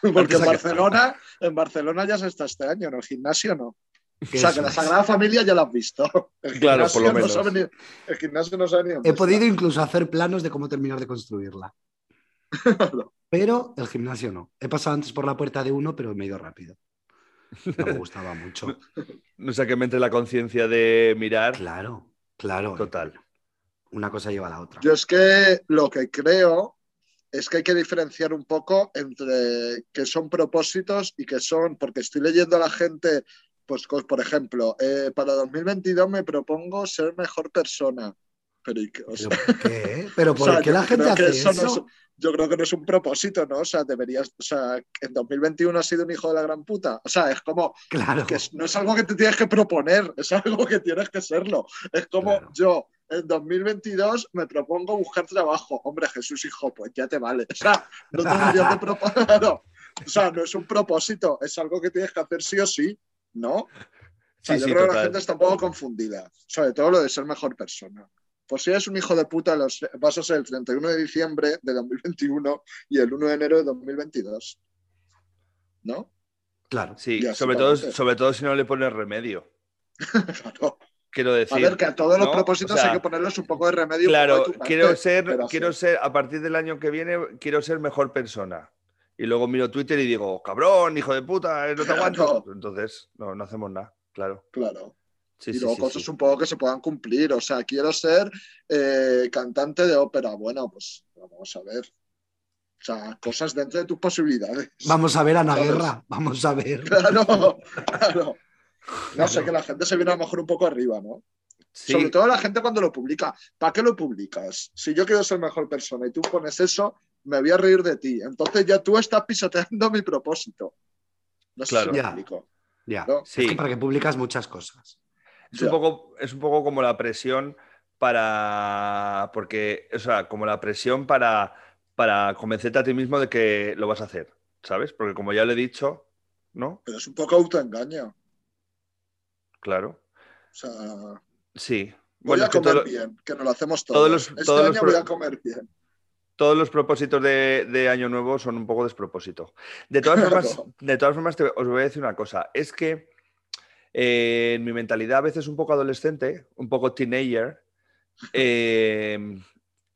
Claro, Porque en saca- Barcelona, en Barcelona ya se está este año, en el gimnasio no. que O sea, es- que la Sagrada Familia ya la has visto. El Claro, gimnasio por lo no menos. sabe ni- el gimnasio no sabe ni dónde He está. podido incluso hacer planos de cómo terminar de construirla. Pero el gimnasio no. He pasado antes por la puerta de uno, pero me he ido rápido. No me gustaba mucho. No sé que me entre la conciencia de mirar. Claro, claro. ¿eh? Total. Una cosa lleva a la otra. Yo es que lo que creo es que hay que diferenciar un poco entre que son propósitos y que son, porque estoy leyendo a la gente, pues cos- por ejemplo, eh, para 2022 me propongo ser mejor persona. Pero, ¿y qué? O sea, ¿Pero por qué? ¿eh? ¿Pero por O sea, qué la yo gente creo que hace eso eso? no es- yo creo que no es un propósito, ¿no? O sea, deberías, o sea, en 2021 has sido un hijo de la gran puta. O sea, es como, Claro. que es- no es algo que te tienes que proponer, es algo que tienes que serlo. Es como Claro. yo, en 2022 me propongo buscar trabajo. Hombre, Jesús, hijo, pues ya te vale. O sea, no tendrías que proponer. O sea, no es un propósito, es algo que tienes que hacer sí o sí, ¿no? O sea, Sí, yo sí, creo que la total. gente está un poco confundida, sobre todo lo de ser mejor persona. Pues si eres un hijo de puta, los- vas a ser el 31 de diciembre de 2021 y el 1 de enero de 2022. ¿No? Claro. Sí, Ya, sobre todo, totalmente. sobre todo si no le pones remedio. Claro. Quiero A decir. ver, que a todos los ¿no? propósitos O sea, hay que ponerles un poco de remedio. un Claro, poco de tu parte, quiero ser, pero así. quiero ser, a partir del año que viene, quiero ser mejor persona. Y luego miro Twitter y digo, cabrón, hijo de puta, eh, no te Claro. aguanto. Entonces, no, no hacemos nada, claro. Claro. Sí, y sí, luego sí, cosas sí. un poco que se puedan cumplir. O sea, quiero ser eh, cantante de ópera. Bueno, pues vamos a ver. O sea, cosas dentro de tus posibilidades. Vamos a ver Ana Vamos. Guerra. Vamos a ver. Claro, claro. No sé, que la gente se viene a lo mejor un poco arriba, ¿no? Sí, Sobre todo la gente cuando lo publica. ¿Para qué lo publicas? Si yo quiero ser mejor persona y tú pones eso, me voy a reír de ti. Entonces ya tú estás pisoteando mi propósito. No sé Claro. si me Ya. explico. Ya. ¿no? sí. Es que para que publicas muchas cosas. Es un, Ya. poco, es un poco como la presión para. Porque, o sea, como la presión para, para convencerte a ti mismo de que lo vas a hacer, ¿sabes? Porque como ya le he dicho, ¿no? Pero es un poco autoengaño. O Claro. sea, voy Sí. a es que comer todo- bien, que nos lo hacemos todos. todos los- este todos los año pro- voy a comer bien. todos los propósitos de, de Año Nuevo son un poco despropósito. De todas formas, Claro. de todas formas te- os voy a decir una cosa. Es que eh, en mi mentalidad a veces un poco adolescente, un poco teenager, eh,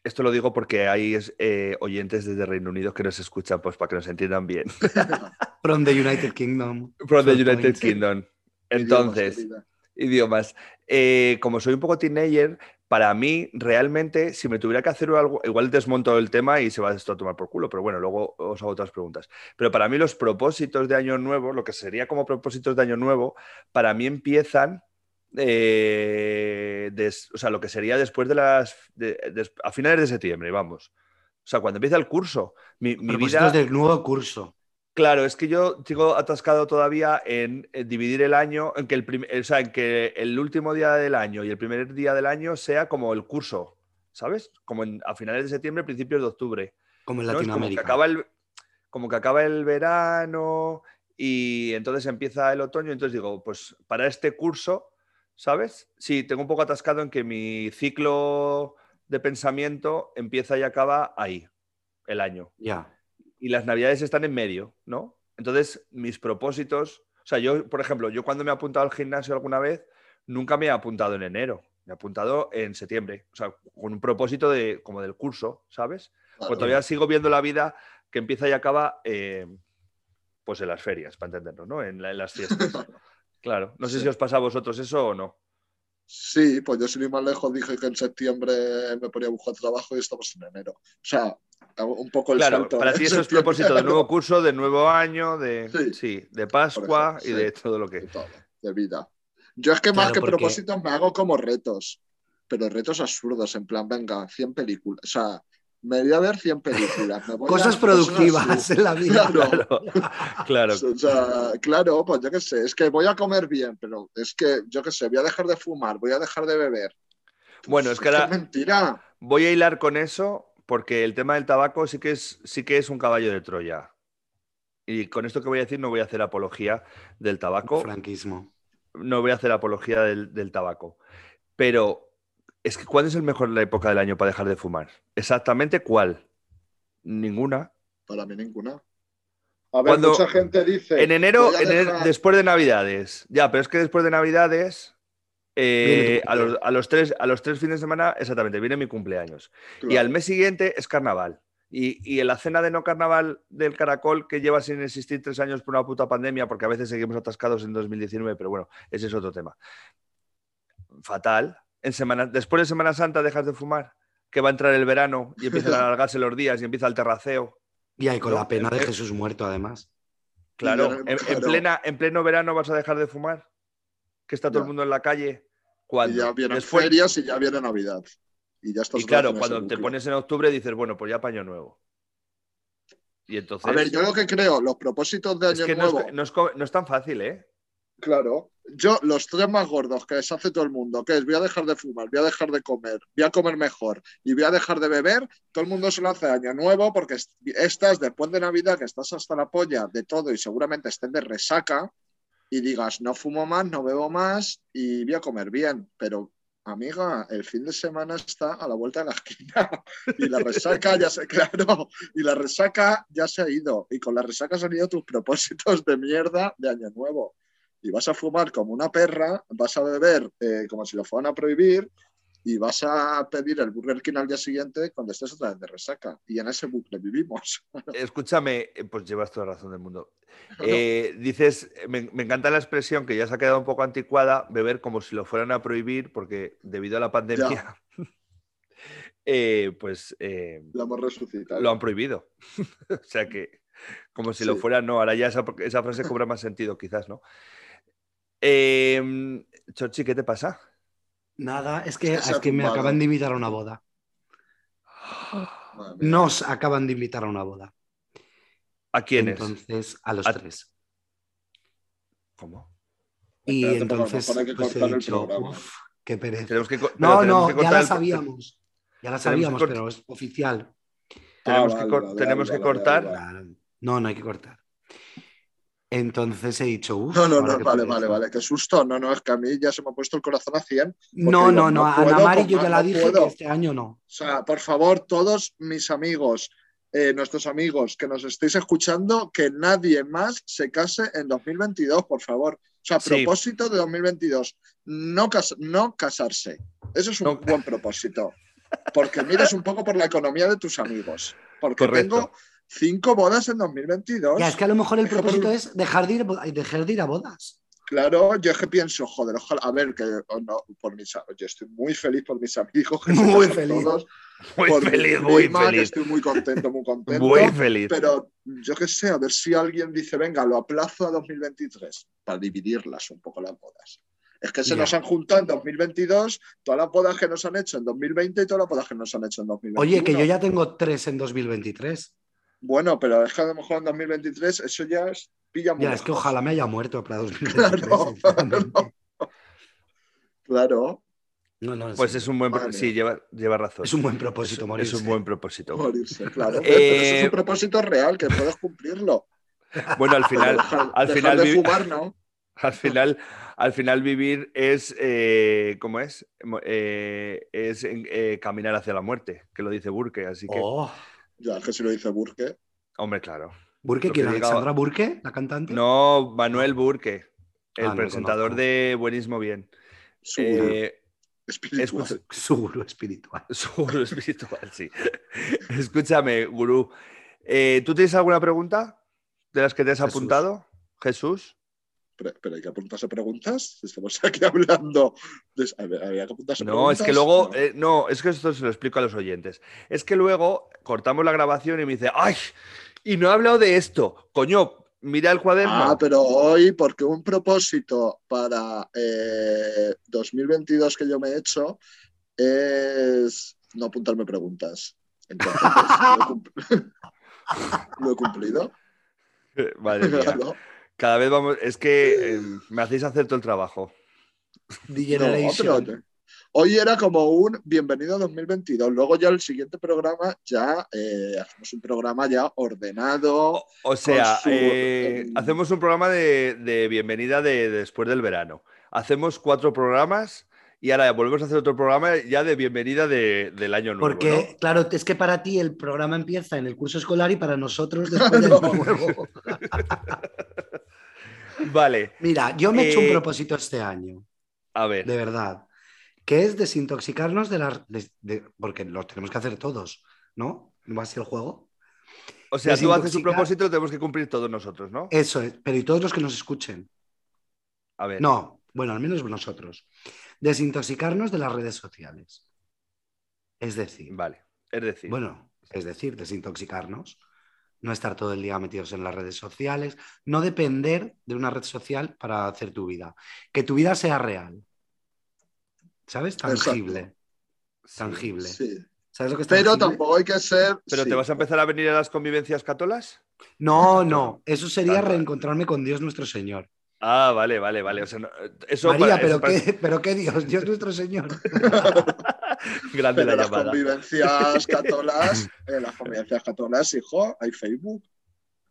esto lo digo porque hay es- eh, oyentes desde Reino Unido que nos escuchan pues, para que nos entiendan bien. From the United Kingdom. From the Fair United point. Kingdom. Entonces, Idiomas, idiomas. Eh, como soy un poco teenager, para mí realmente, si me tuviera que hacer algo, igual desmonto el tema y se va esto a tomar por culo, pero bueno, luego os hago otras preguntas. Pero para mí los propósitos de Año Nuevo, lo que sería como propósitos de Año Nuevo, para mí empiezan, eh, des- o sea, lo que sería después de las, de- des- a finales de septiembre, vamos. O sea, cuando empieza el curso, mi, mi vida... Propósitos del nuevo curso. Claro, es que yo sigo atascado todavía en, eh, dividir el año, en que el, prim- o sea, en que el último día del año y el primer día del año sea como el curso, ¿sabes? Como en- a finales de septiembre, principios de octubre. Como en ¿no? Es como que Latinoamérica. acaba el, como que acaba el verano y entonces empieza el otoño. Entonces digo, pues para este curso, ¿sabes? Sí, tengo un poco atascado en que mi ciclo de pensamiento empieza y acaba ahí, el año Ya. y las navidades están en medio, ¿no? Entonces, mis propósitos, o sea, yo, por ejemplo, yo cuando me he apuntado al gimnasio alguna vez, nunca me he apuntado en enero, me he apuntado en septiembre, o sea, con un propósito de, como del curso, ¿sabes? claro. Pues todavía sigo viendo la vida que empieza y acaba, eh, pues en las ferias, para entenderlo, ¿no? En, la- en las fiestas. Claro, no sé Sí. si os pasa a vosotros eso o no. Sí, pues yo sin ir más lejos dije que en septiembre me ponía a buscar trabajo y estamos en enero. O sea, hago un poco el Claro, salto. para de ti eso es septiembre propósito a de nuevo curso, de nuevo año, de, sí. Sí. de Pascua ejemplo, y de sí. todo lo que... de todo, de vida. Yo es que más Claro, que porque- propósitos me hago como retos, pero retos absurdos, en plan, venga, 100 películas. O sea, me voy a ver 100 películas. me voy a- Cosas productivas en la vida. Claro. Claro, O sea, claro, pues yo qué sé, es que voy a comer bien, pero es que yo qué sé, voy a dejar de fumar, voy a dejar de beber. Bueno, es que ahora- mentira. Voy a hilar con eso porque el tema del tabaco sí que es, sí que es un caballo de Troya. Y con esto que voy a decir no voy a hacer apología del tabaco, Franquismo. no voy a hacer apología del, del tabaco. Pero Es que ¿cuál es el mejor la época del año para dejar de fumar? Exactamente cuál. Ninguna. Para mí ninguna. A ver, Cuando- mucha gente dice. En enero, voy a en enero- dejar- después de Navidades. Ya, pero es que después de Navidades, eh, Viene tu a, los, a los tres, a los tres fines de semana, exactamente, viene mi cumpleaños. Y Claro. al mes siguiente es carnaval. Y, y en la cena de no carnaval del caracol, que lleva sin existir tres años por una puta pandemia, porque a veces seguimos atascados en 2019, pero bueno, ese es otro tema. Fatal. En semana, después de Semana Santa dejas de fumar, que va a entrar el verano y empiezan a alargarse los días y empieza el terraceo. Y ahí con No, la pena de eh, Jesús muerto, además. Claro, Claro, en, en claro. plena, en pleno verano vas a dejar de fumar, que está todo Ya. el mundo en la calle. Y Cuando ya vienen Después- ferias y ya viene Navidad. Y ya estás y claro, otra vez en cuando ese te bucle. pones en octubre dices, bueno, pues ya paño nuevo. Y entonces A ver, yo lo que creo, los propósitos de es Año que no Nuevo. es, no es co- no es tan fácil, ¿eh? Claro. Yo, los tres más gordos que se hace todo el mundo, que es voy a dejar de fumar, voy a dejar de comer, voy a comer mejor y voy a dejar de beber, todo el mundo se lo hace año nuevo porque est- estás después de Navidad, que estás hasta la polla de todo y seguramente estén de resaca y digas, no fumo más, no bebo más y voy a comer bien. Pero, amiga, el fin de semana está a la vuelta de la esquina y la resaca ya se, claro, y la resaca ya se ha ido y con la resaca se han ido tus propósitos de mierda de año nuevo y vas a fumar como una perra, vas a beber eh, como si lo fueran a prohibir y vas a pedir el Burger King al día siguiente cuando estés otra vez de resaca. Y en ese bucle vivimos. Escúchame, eh, pues llevas toda la razón del mundo. Eh, dices, eh, me, me encanta la expresión que ya se ha quedado un poco anticuada, beber como si lo fueran a prohibir, porque debido a la pandemia, eh, pues eh, Lo hemos resucitado. lo han prohibido. o sea que, como si lo Sí. fuera, no. Ahora ya esa, esa frase cobra más sentido, quizás, ¿no? Eh, Chochi, ¿qué te pasa? Nada, es que, Es que se es ha que me tumbado. acaban de invitar a una boda. Madre mía. Nos acaban de invitar a una boda. ¿A quién es? Entonces, a los A- tres. ¿Cómo? Y Espérate, porque a lo entonces, mejor hay que pues he cortar el dicho, programa. uff, qué pereza. Tenemos que, co- pero No, tenemos no, que ya cortar la el- sabíamos. Ya la Tenemos que sabíamos, cort- pero es oficial. tenemos Ah, que vale, cor- vale, tenemos vale, que vale, cortar. vale. Claro. No, no hay que cortar. Entonces he dicho, uff. No, no, no, vale, vale, vale, qué susto. No, no, es que a mí ya se me ha puesto el corazón a 100. No, digo, no, no no, a Ana puedo Mari con yo ya más, la no dije puedo. que este año no. O sea, por favor, todos mis amigos, eh, nuestros amigos que nos estéis escuchando, que nadie más se case en 2022, por favor. O sea, Sí. propósito de 2022, no, cas- no casarse. Eso es un No. buen propósito. Porque mires un poco por la economía de tus amigos. Porque Correcto. tengo cinco bodas en 2022. Ya, es que a lo mejor el Deja por- propósito es dejar de ir, dejar de ir a bodas. Claro, yo es que pienso, joder, ojalá, a ver, que oh, no, por mis, a- yo estoy muy feliz por mis amigos. que se Muy casan feliz. todos, Muy por mi feliz, muy prima, que feliz. Estoy muy contento, muy contento. Muy feliz. Pero yo qué sé, a ver si alguien dice, venga, lo aplazo a 2023 para dividirlas un poco las bodas. Es que se Ya. nos han juntado en 2022 todas las bodas que nos han hecho en 2020 y todas las bodas que nos han hecho en 2021. Oye, que yo ya tengo tres en 2023. Bueno, pero es que a lo mejor en 2023 eso ya es, pilla muy Ya, es que lejos. ojalá me haya muerto para 2023. Claro, sinceramente. Claro, No, no, en Pues serio. es un buen. pro- Madre Sí, mía. lleva, lleva razón. Es un buen propósito, Es- morirse. Es un buen propósito. morirse, claro. Eh, Pero eso es un propósito real, que puedes cumplirlo. Bueno, al final, Dejar- al dejar final, de vivi- fumar, ¿no? al final, al final vivir es, eh, ¿cómo es? Mo- eh, es eh, caminar hacia la muerte, que lo dice Burke. Así que, Oh, Ya, que si lo dice Burke. hombre, claro. ¿Burke Lo que quién? diga- ¿Alexandra Burke, la cantante? No, Manuel Burke, Ah, el no lo presentador conozco. de Buenismo Bien. Su Eh, espiritual. escucha- Su gurú espiritual. su gurú espiritual, sí. Escúchame, gurú. eh, ¿Tú tienes alguna pregunta de las que te has Jesús. apuntado, Jesús? Pero, pero hay que apuntarse preguntas. Estamos aquí hablando. de- a ver, ¿Había que apuntarse No, preguntas? es que luego, No. eh, no, es que esto se lo explico a los oyentes. Es que luego cortamos la grabación y me dice, ¡ay! Y no he hablado de esto. Coño, mira el cuaderno. Ah, pero hoy, porque un propósito para eh, 2022 que yo me he hecho es no apuntarme preguntas. Entonces, lo, he cum- lo he cumplido. Madre mía. Claro. Cada vez vamos. Es que eh, me hacéis hacer todo el trabajo. No, pero Degeneration. hoy era como un bienvenido a 2022. Luego ya el siguiente programa ya eh, hacemos un programa ya ordenado. O, o sea, su- eh, em, hacemos un programa de, de bienvenida de, de después del verano. Hacemos cuatro programas y ahora volvemos a hacer otro programa ya de bienvenida de- del año nuevo. Porque, ¿no? claro, es que para ti el programa empieza en el curso escolar y para nosotros después del Claro. nuevo. Vale, Mira, yo me he hecho un Eh, propósito este año, a ver. de verdad, que es desintoxicarnos de las. de- de- porque lo tenemos que hacer todos, ¿no? ¿No va a ser el juego? O sea, tú haces un desintoxicar- propósito, lo tenemos que cumplir todos nosotros, ¿no? Eh, Eso es, pero y todos los que nos escuchen. A ver. No, bueno, al menos nosotros. Desintoxicarnos de las redes sociales. Es decir, Vale. Es decir, bueno, es decir, desintoxicarnos, no estar todo el día metidos en las redes sociales, no depender de una red social para hacer tu vida. Que tu vida sea real. ¿Sabes? Exacto. Tangible. sí. Tangible. Sí. ¿Sabes lo que es Pero tangible? tampoco hay que ser. ¿Pero sí. te vas a empezar a venir a las convivencias catolas? No, no. Eso sería Tanto. reencontrarme con Dios nuestro Señor. Ah, vale, vale, vale. O sea, no- eh, eso María, para- pero, eso para- qué, pero qué Dios, Dios nuestro Señor. Grande la Pero las llamada. convivencias catolas, eh, las convivencias catolas, hijo, hay Facebook.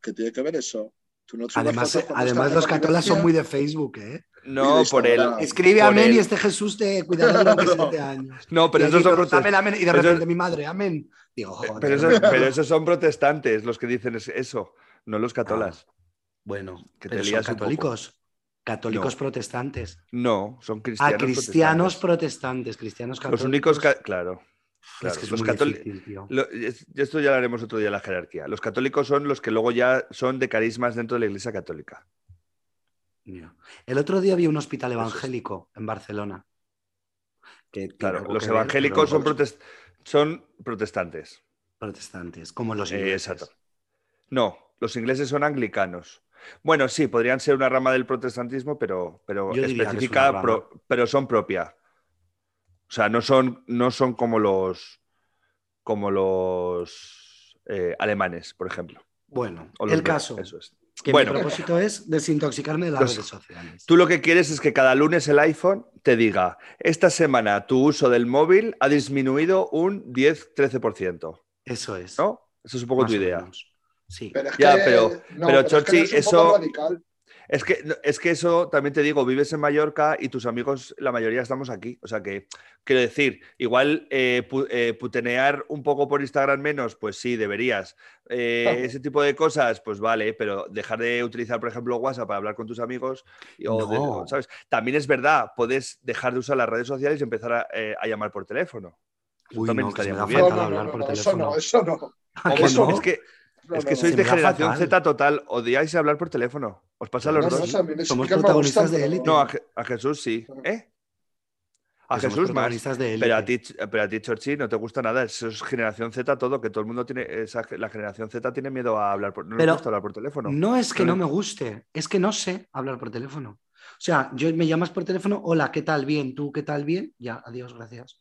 ¿Qué tiene que ver eso? Tú no subes Además, fotos cuando estás además en los la catolas son muy convivencia. de Facebook, ¿eh? No, Sí, por Instagram. el. Escribe Por amén él. y este Jesús te cuidará durante No. siete años. No, pero Y esos, aquí son todos, protes- amén, amén. Y de Pero- repente mi madre, amén. Digo, joder. pero esos- pero esos son protestantes los que dicen es- eso, no Ah. los catolas. bueno, que te pero son lías un poco. católicos. Católicos No. protestantes. No, son cristianos. Ah, cristianos protestantes, cristianos protestantes. Los católicos. únicos. ca- Claro. Es claro, que es los muy catoli- difícil, tío. Lo- es- esto ya lo haremos otro día, la jerarquía. Los católicos son los que luego ya son de carismas dentro de la Iglesia Católica. Mira. El otro día vi un hospital Eso es. evangélico en Barcelona. que tiene Claro, algo los que ver, evangélicos son, pero protest- son protestantes. protestantes, como los Eh, ingleses. exacto. No, los ingleses son anglicanos. Bueno, sí, podrían ser una rama del protestantismo, pero, pero Yo diría que es una específica, rama. pro- pero son propia. O sea, no son, no son como los como los eh, alemanes, por ejemplo. Bueno, o los el belgas, caso. eso es. Que Bueno. mi propósito es desintoxicarme de las Los- redes sociales. Tú lo que quieres es que cada lunes el iPhone te diga, esta semana tu uso del móvil ha disminuido un 10-13%, Eso es. ¿no? Eso es un poco más tu o idea. menos. Sí. Pero es Ya, que- pero- no, pero, es que Chorchi, eres un poco eso- radical. Es que, no, es que eso, también te digo, vives en Mallorca y tus amigos, la mayoría estamos aquí. O sea que, quiero decir, igual eh, pu- eh, putenear un poco por Instagram menos, pues sí, deberías. Eh, Claro. Ese tipo de cosas, pues vale, pero dejar de utilizar, por ejemplo, WhatsApp para hablar con tus amigos, y- o de- No. ¿sabes? También es verdad, puedes dejar de usar las redes sociales y empezar a, eh, a llamar por teléfono. Uy, también no, que se estaría me da muy fatal bien. No, no, no, hablar no, por no, eso teléfono. no, eso no. ¿A que Hombre, no? Es que, No, es que no, sois Se de me da generación fatal. Z total, odiáis hablar por teléfono. ¿Os pasa a no, los no, dos? no, o sea, a mí ni Somos siquiera me protagonistas gustan, de pero- élite. No, a, Je- a Jesús sí. ¿Eh? A Que somos Jesús más. protagonistas de Pero a, élite. ti, Ch- pero a ti, Chorchi, no te gusta nada. Eso es generación Z todo, que todo el mundo tiene. esa- la generación Z tiene miedo a hablar por, no le Pero- gusta hablar por teléfono. No es que No no me guste, es que no sé hablar por teléfono. O sea, yo me llamas por teléfono, hola, ¿qué tal? Bien, ¿tú qué tal? Bien, ya, adiós, gracias.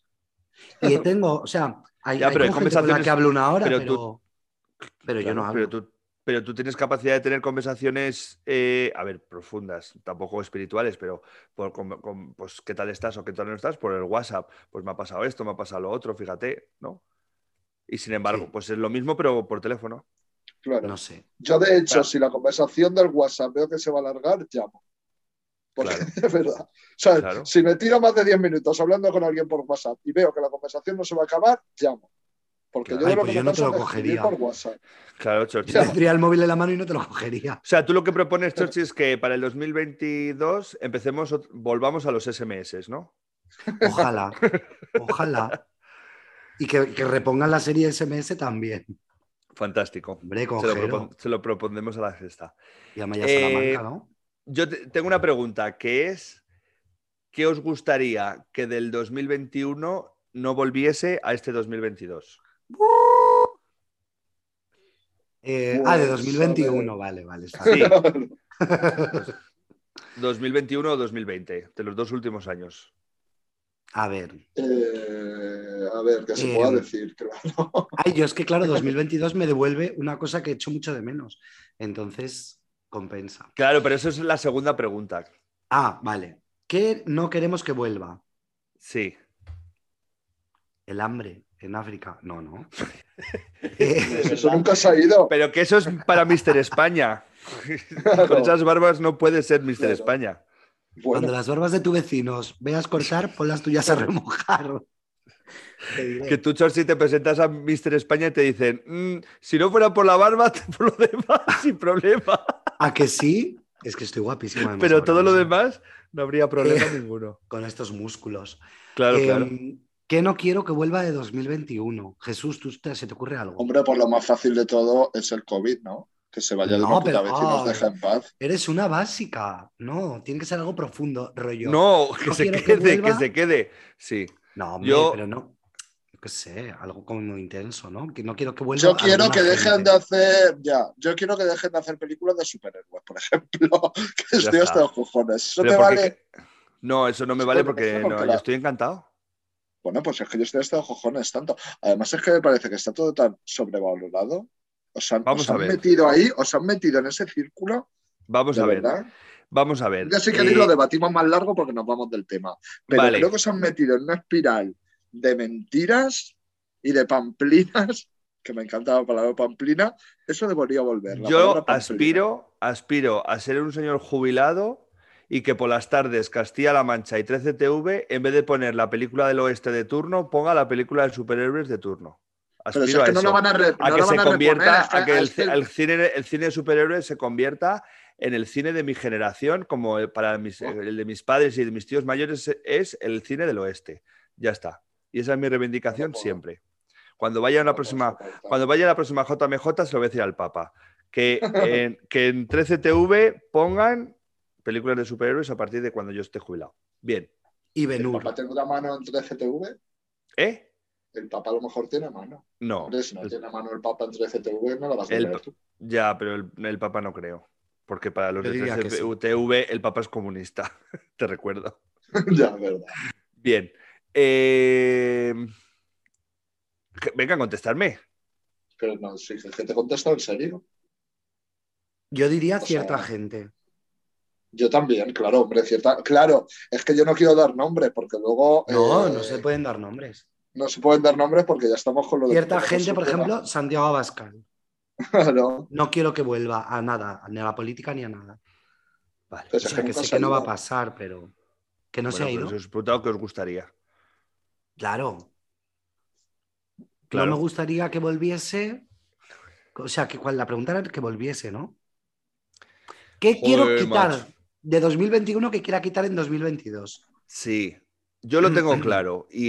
Y tengo, o sea, hay, Ya, hay pero hay como gente con la que conversaciones- hablo una hora, pero pero, tú- pero yo Claro, no Pero hablo. tú, pero tú tienes capacidad de tener conversaciones, eh, a ver, profundas, tampoco espirituales, pero por, con- con, pues, qué tal estás o qué tal no estás por el WhatsApp. Pues me ha pasado esto, me ha pasado lo otro, fíjate, ¿no? Y sin embargo, Sí. pues es lo mismo, pero por teléfono. Claro. No sé. Yo, de hecho, Claro. si la conversación del WhatsApp veo que se va a alargar, llamo. Claro. Porque de verdad. O sea, Claro. si me tiro más de 10 minutos hablando con alguien por WhatsApp y veo que la conversación no se va a acabar, llamo. Porque Claro. yo de Ay, lo pues que yo me no canso te lo es escribir cogería. por WhatsApp. Claro, Chorchi. Yo tendría el móvil en la mano y no te lo cogería. O sea, tú lo que propones, Chorchi, es que para el 2022 empecemos, ot- volvamos a los SMS, ¿no? Ojalá, ojalá. Y que, que repongan la serie SMS también. Fantástico. Hombre, Se lo, cogero. propon- se lo propondremos a la gesta. Y a Maya Eh, Salamanca, ¿no? Yo te- tengo una pregunta, que es, ¿qué os gustaría que del 2021 no volviese a este 2022? Eh, Pues, ah, de a 2021, vale, vale. está Sí, bien. 2021 o 2020, de los dos últimos años. A ver. Eh, a ver, que se Eh, pueda decir, claro. Ay, yo es que, claro, 2022 me devuelve una cosa que echo mucho de menos. Entonces, compensa. Claro, pero eso es la segunda pregunta. Ah, vale. ¿Qué no queremos que vuelva? Sí. El hambre en África. No, no. Eh, Eso nunca se ha ido. Pero que eso es para Mister España. Claro. Con esas barbas no puede ser Mister Claro. España. Bueno, Cuando las barbas de tus vecinos veas cortar, pon las tuyas a remojar. Te diré. Que tú, Chorsi, te presentas a Mister España y te dicen, "Mm, si no fuera por la barba, por lo demás, sin problema. ¿A que sí? Es que estoy guapísima. además, Pero ahora todo lo mismo, demás no habría problema ninguno. Con estos músculos. Eh, Claro, Eh, claro. Que no quiero que vuelva de 2021. Jesús, ¿tú te- se te ocurre algo? hombre, por lo más fácil de todo es el COVID, ¿no? Que se vaya de No, una puta pero- ah, vez y nos ay. deja en paz. Eres una básica. No, tiene que ser algo profundo, rollo. No, que no se quiero que quede, que, vuelva. se quede. Sí. No, hombre, Yo- pero no. Yo qué sé, algo como intenso, ¿no? Que no quiero que vuelva. Yo quiero alguna que dejen gente. de hacer, ya, yo quiero que dejen de hacer películas de superhéroes, por ejemplo, que estoy está. hasta los cojones. Eso Pero te porque- vale. No, eso no me vale Porque porque tengo no, que yo la- estoy encantado. Bueno, pues es que yo estoy hasta los cojones tanto. Además, es que me parece que está todo tan sobrevalorado. Os han, Vamos os a han ver. metido ahí, os han metido en ese círculo, Vamos de a ver, verdad. vamos a ver. Ya sí que Eh, ahí lo debatimos más largo porque nos vamos del tema. Pero Vale. creo que os han metido en una espiral de mentiras y de pamplinas, que me encanta la palabra pamplina. Eso debería volver. la Yo palabra pamplina. aspiro, aspiro a ser un señor jubilado y que por las tardes Castilla-La Mancha y 13TV, en vez de poner la película del oeste de turno, ponga la película de superhéroes de turno. Pero Aspiro si es a que no eso. lo van a, re- a no que lo se van a este. convierta, reponer, es que- a que el, es que- el cine, el cine de superhéroes se convierta en el cine de mi generación, como el- para mis- eh, Oh. el de mis padres y de mis tíos mayores es el cine del oeste. Ya está. Y esa es mi reivindicación Ojo. siempre. Cuando vaya Oh, una próxima, cuando vaya la próxima JMJ se lo voy a decir al Papa. Que en, que en 13TV pongan películas de superhéroes a partir de cuando yo esté jubilado. Bien. Y ¿El Benur. papá tiene una mano en 3CTV? ¿Eh? El papá a lo mejor tiene mano. No. Hombre, si no El- tiene mano el papá en 3CTV, no la vas a El- tener tú. Ya, pero el, el Papa no creo. Porque para los Yo de diría que 13 UTV el Papa es comunista. Te recuerdo. ya, es verdad. Bien. eh, que- Venga a contestarme. Pero no, sí, es que te contesto en serio. Yo diría O sea, eh, cierta gente. Yo también, claro, hombre, cierta. Claro, es que yo no quiero dar nombres porque luego. No, eh, no se pueden dar nombres. no se pueden dar nombres porque ya estamos con lo de. Cierta con lo gente, de por Sotera. ejemplo, Santiago Abascal. Claro. No quiero que vuelva a nada, ni a la política ni a nada. Vale. O Pues sea, que nunca sé se ha que no va a ido. pasar, pero que no se Bueno, ha pero ido. eso es preguntado que os gustaría. Claro. Claro. No me gustaría que volviese. O sea, que cual la pregunta era que volviese, ¿no? ¿Qué Joder, quiero quitar macho. de 2021 que quiera quitar en 2022? Sí. Yo lo tengo claro. Y,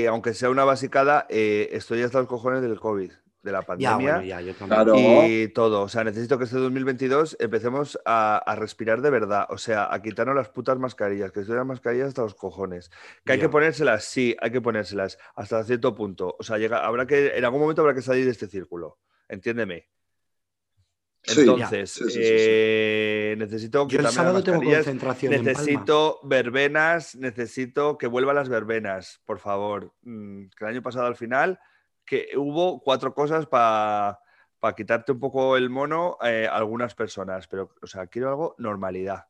y aunque sea una basicada, eh, estoy hasta los cojones del COVID, de la Ya, pandemia. bueno, ya, yo también. Claro. Y todo, o sea, necesito que este 2022 empecemos a, a respirar de verdad, o sea, a quitarnos las putas mascarillas, que estoy las mascarillas hasta los cojones. Que hay Ya. que ponérselas, sí, hay que ponérselas, hasta cierto punto. O sea, llega, habrá que, en algún momento habrá que salir de este círculo, entiéndeme. Sí, Entonces, sí, sí, sí, sí. eh, necesito Yo el quitarme las sábado tengo mascarillas, concentración en Palma. Necesito verbenas, necesito que vuelvan las verbenas, por favor. Mm, Que el año pasado al final, que hubo cuatro cosas para quitarte un poco el mono eh, a algunas personas, pero, o sea, quiero algo, normalidad.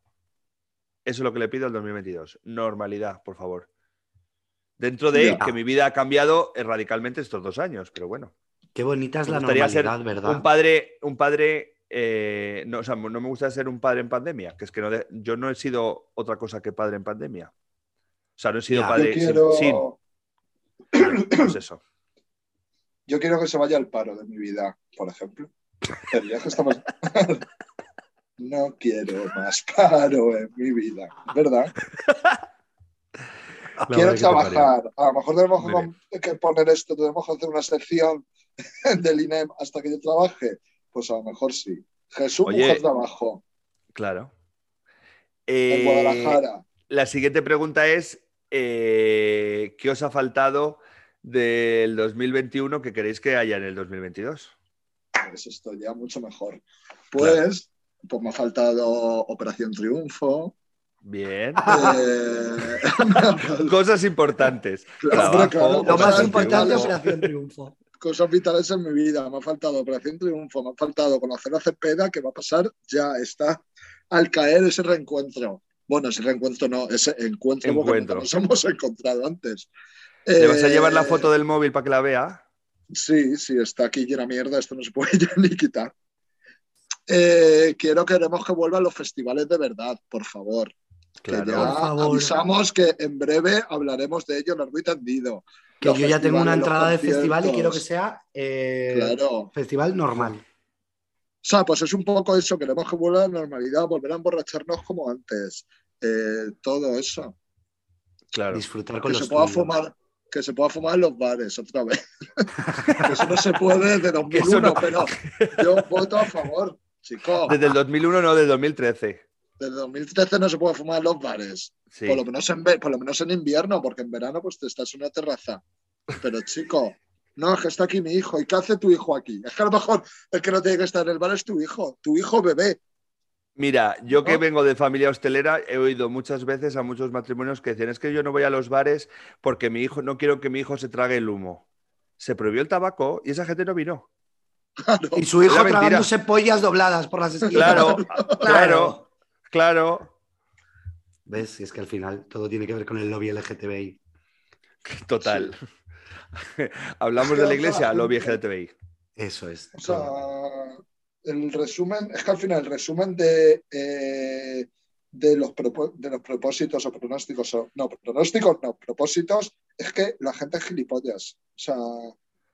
Eso es lo que le pido al 2022, normalidad, por favor. Dentro de Ya. que mi vida ha cambiado eh, radicalmente estos dos años, pero bueno. Qué bonita es Me la gustaría normalidad, ser ¿verdad? Un padre, un padre, eh, no, o sea, no me gusta ser un padre en pandemia, que es que no de- yo no he sido otra cosa que padre en pandemia. O sea, no he sido Ya. Yo padre sin, quiero. sin- pues eso. Yo quiero que se vaya el paro de mi vida, por ejemplo. El día que estamos- no quiero más paro en mi vida, ¿verdad? quiero trabajar. A lo mejor tenemos Muy bien. que- que poner esto, tenemos que hacer una sección del INEM hasta que yo trabaje. Pues a lo mejor sí. Jesús Oye, Mujer trabajó Claro. en Eh, Guadalajara. la siguiente pregunta es: eh, ¿qué os ha faltado del 2021 que queréis que haya en el 2022? Pues esto ya mucho mejor. Pues, pues me ha faltado Operación Triunfo. Bien. eh, me ha faltado- Cosas importantes. Claro, Trabajo, claro. Lo más Operación importante es Triunfo. Operación Triunfo. cosas vitales en mi vida. Me ha faltado Operación Triunfo, me ha faltado conocer a Cepeda, que va a pasar ya, está al caer ese reencuentro. Bueno, ese reencuentro no, ese encuentro, porque Encuentro. nunca nos hemos encontrado antes. ¿Le vas a llevar la Eh, foto del móvil para que la vea? Sí, sí, está aquí llena mierda, esto no se puede ya ni quitar. Eh, quiero, queremos que vuelvan los festivales de verdad, por favor. Claro. que ya Por favor. avisamos que en breve hablaremos de ello en Orbita Tendido. Que Los yo ya tengo una festivales, los entrada de festival y quiero que conciertos. sea eh, Claro. festival normal. O sea, pues es un poco eso, queremos que vuelva a la normalidad, volver a emborracharnos como antes. Eh, todo eso. Claro. Disfrutar con Que los se pueda tuyos. fumar. Que se pueda fumar en los bares otra vez. Que eso no se puede desde 2001, no. pero yo voto a favor, chico. Desde el 2001, no, del 2013. Desde 2013 no se puede fumar en los bares. Sí. Por, lo menos en, ve- por lo menos en invierno, porque en verano pues te estás en una terraza. Pero chico, no, es que está aquí mi hijo. ¿Y qué hace tu hijo aquí? Es que a lo mejor el que no tiene que estar en el bar es tu hijo, tu hijo bebé. Mira, yo que ¿No? vengo de familia hostelera, he oído muchas veces a muchos matrimonios que dicen, es que yo no voy a los bares porque mi hijo, no quiero que mi hijo se trague el humo. Se prohibió el tabaco y esa gente no vino. Claro. Y su hijo Era mentira. tragándose pollas dobladas por las esquinas. Claro, claro, claro, ¿Ves? Y es que al final todo tiene que ver con el lobby LGTBI. total. Hablamos de la iglesia, lo viejo de TVI. Eso es. O sea, el resumen, es que al final el resumen de, eh, de, los, propo- de los propósitos o pronósticos, o, no, pronósticos no, propósitos, es que la gente es gilipollas. O sea,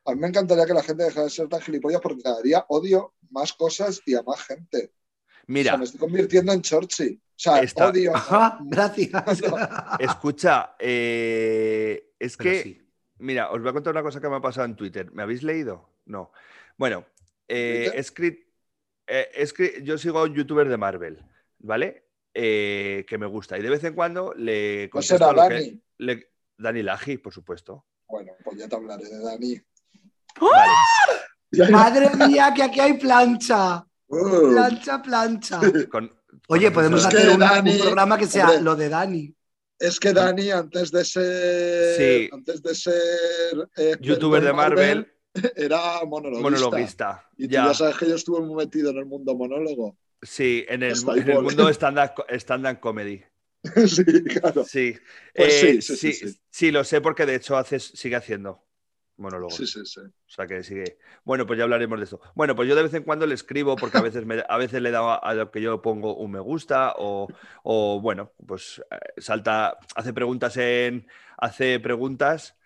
a mí me encantaría que la gente dejara de ser tan gilipollas porque cada día odio más cosas y a más gente. O sea, Mira, me estoy convirtiendo en Chorchi. O sea, Está- odio. Ajá, gracias. escucha, eh, es Pero que sí. Mira, os voy a contar una cosa que me ha pasado en Twitter. ¿Me habéis leído? No. Bueno, eh, ¿Twitter? he escrit- eh, he escri- yo sigo a un youtuber de Marvel, ¿vale? Eh, que me gusta. Y de vez en cuando le ¿No contesto será a lo que- Dani? le- Dani Laji, por supuesto. Bueno, pues ya te hablaré de Dani. Vale. Madre mía, que aquí hay plancha. Uh, Plancha, plancha. Con- Oye, podemos Es que hacer un, un Dani- programa que sea hombre. lo de Dani. Es que Dani, antes de ser, Sí. antes de ser eh, youtuber de Marvel, era monologuista. monologuista. Y tú Ya. ya sabes que yo estuve muy metido en el mundo monólogo. Sí, en el, Está en el igual. mundo stand-up stand-up comedy. sí, claro. Sí. Pues Eh, sí, sí, sí, sí. sí, lo sé porque de hecho hace, sigue haciendo monólogos. Sí, sí, sí. O sea que sigue. Bueno, pues ya hablaremos de eso. Bueno, pues yo de vez en cuando le escribo porque a veces, me- a veces le he dado a, a lo que yo pongo un me gusta o, o, bueno, pues eh, salta, hace preguntas en, hace preguntas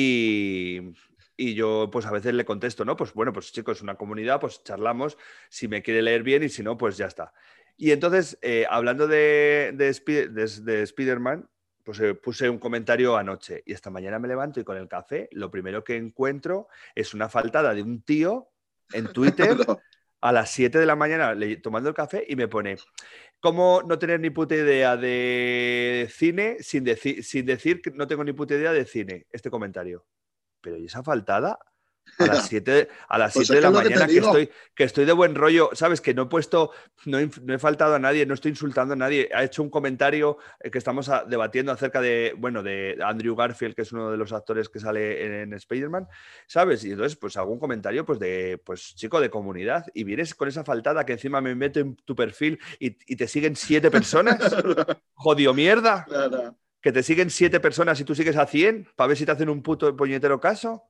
y, y yo pues a veces le contesto, ¿no? Pues bueno, pues chicos, una comunidad, pues charlamos, si me quiere leer bien y si no, pues ya está. Y entonces, eh, hablando de, de, Spi- de- de Spider-Man, pues eh, puse un comentario anoche y esta mañana me levanto y con el café lo primero que encuentro es una faltada de un tío en Twitter a las 7 de la mañana le- tomando el café y me pone, ¿cómo no tener ni puta idea de cine sin, deci- sin decir que no tengo ni puta idea de cine? Este comentario. Pero ¿y esa faltada? A las 7 a las Pues 7 es de la que es lo que te mañana que, digo. estoy, que estoy de buen rollo, ¿sabes? Que no he puesto, no he, inf- no he faltado a nadie, no estoy insultando a nadie. Ha hecho un comentario eh, que estamos a- debatiendo acerca de, bueno, de Andrew Garfield, que es uno de los actores que sale en, en Spider-Man, ¿sabes? Y entonces, pues algún comentario, pues de, pues chico, de comunidad, y vienes con esa faltada que encima me meto en tu perfil y, y te siguen siete personas. Jodio mierda, Claro. que te siguen siete personas y tú sigues a 100 para ver si te hacen un puto puñetero caso.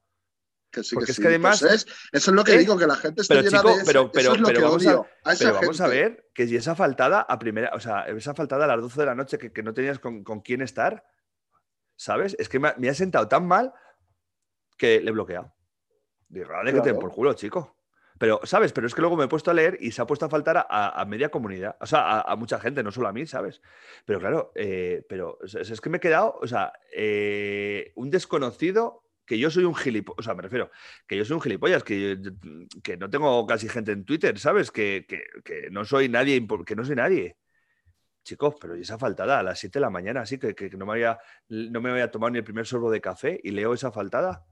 Que sí, Porque que es sí. que además- Pues es- eso es lo que ¿Eh? digo, que la gente está Pero, llena chico, de eso. pero- Eso pero- es lo pero que vamos odio. a esa Pero vamos a gente. ver que si esa faltada a primera, o sea, esa faltada a las 12 de la noche que, que no tenías con, con quién estar, ¿sabes? Es que me ha, me ha sentado tan mal que le he bloqueado. Digo, vale, que te den Claro. por culo, chico. Pero, ¿sabes? Pero es que luego me he puesto a leer y se ha puesto a faltar a- a, a media comunidad, o sea, a, a mucha gente, no solo a mí, ¿sabes? Pero claro, eh, pero o sea, es que me he quedado, o sea, eh, un desconocido que yo soy un gilipollas, o sea, me refiero, que yo soy un gilipollas, que, que no tengo casi gente en Twitter, ¿sabes? Que, que- que no soy nadie, impo- que no soy nadie. Chicos, pero ¿y esa faltada a las 7 de la mañana, así que, que no, me había, no me había tomado ni el primer sorbo de café y leo esa faltada.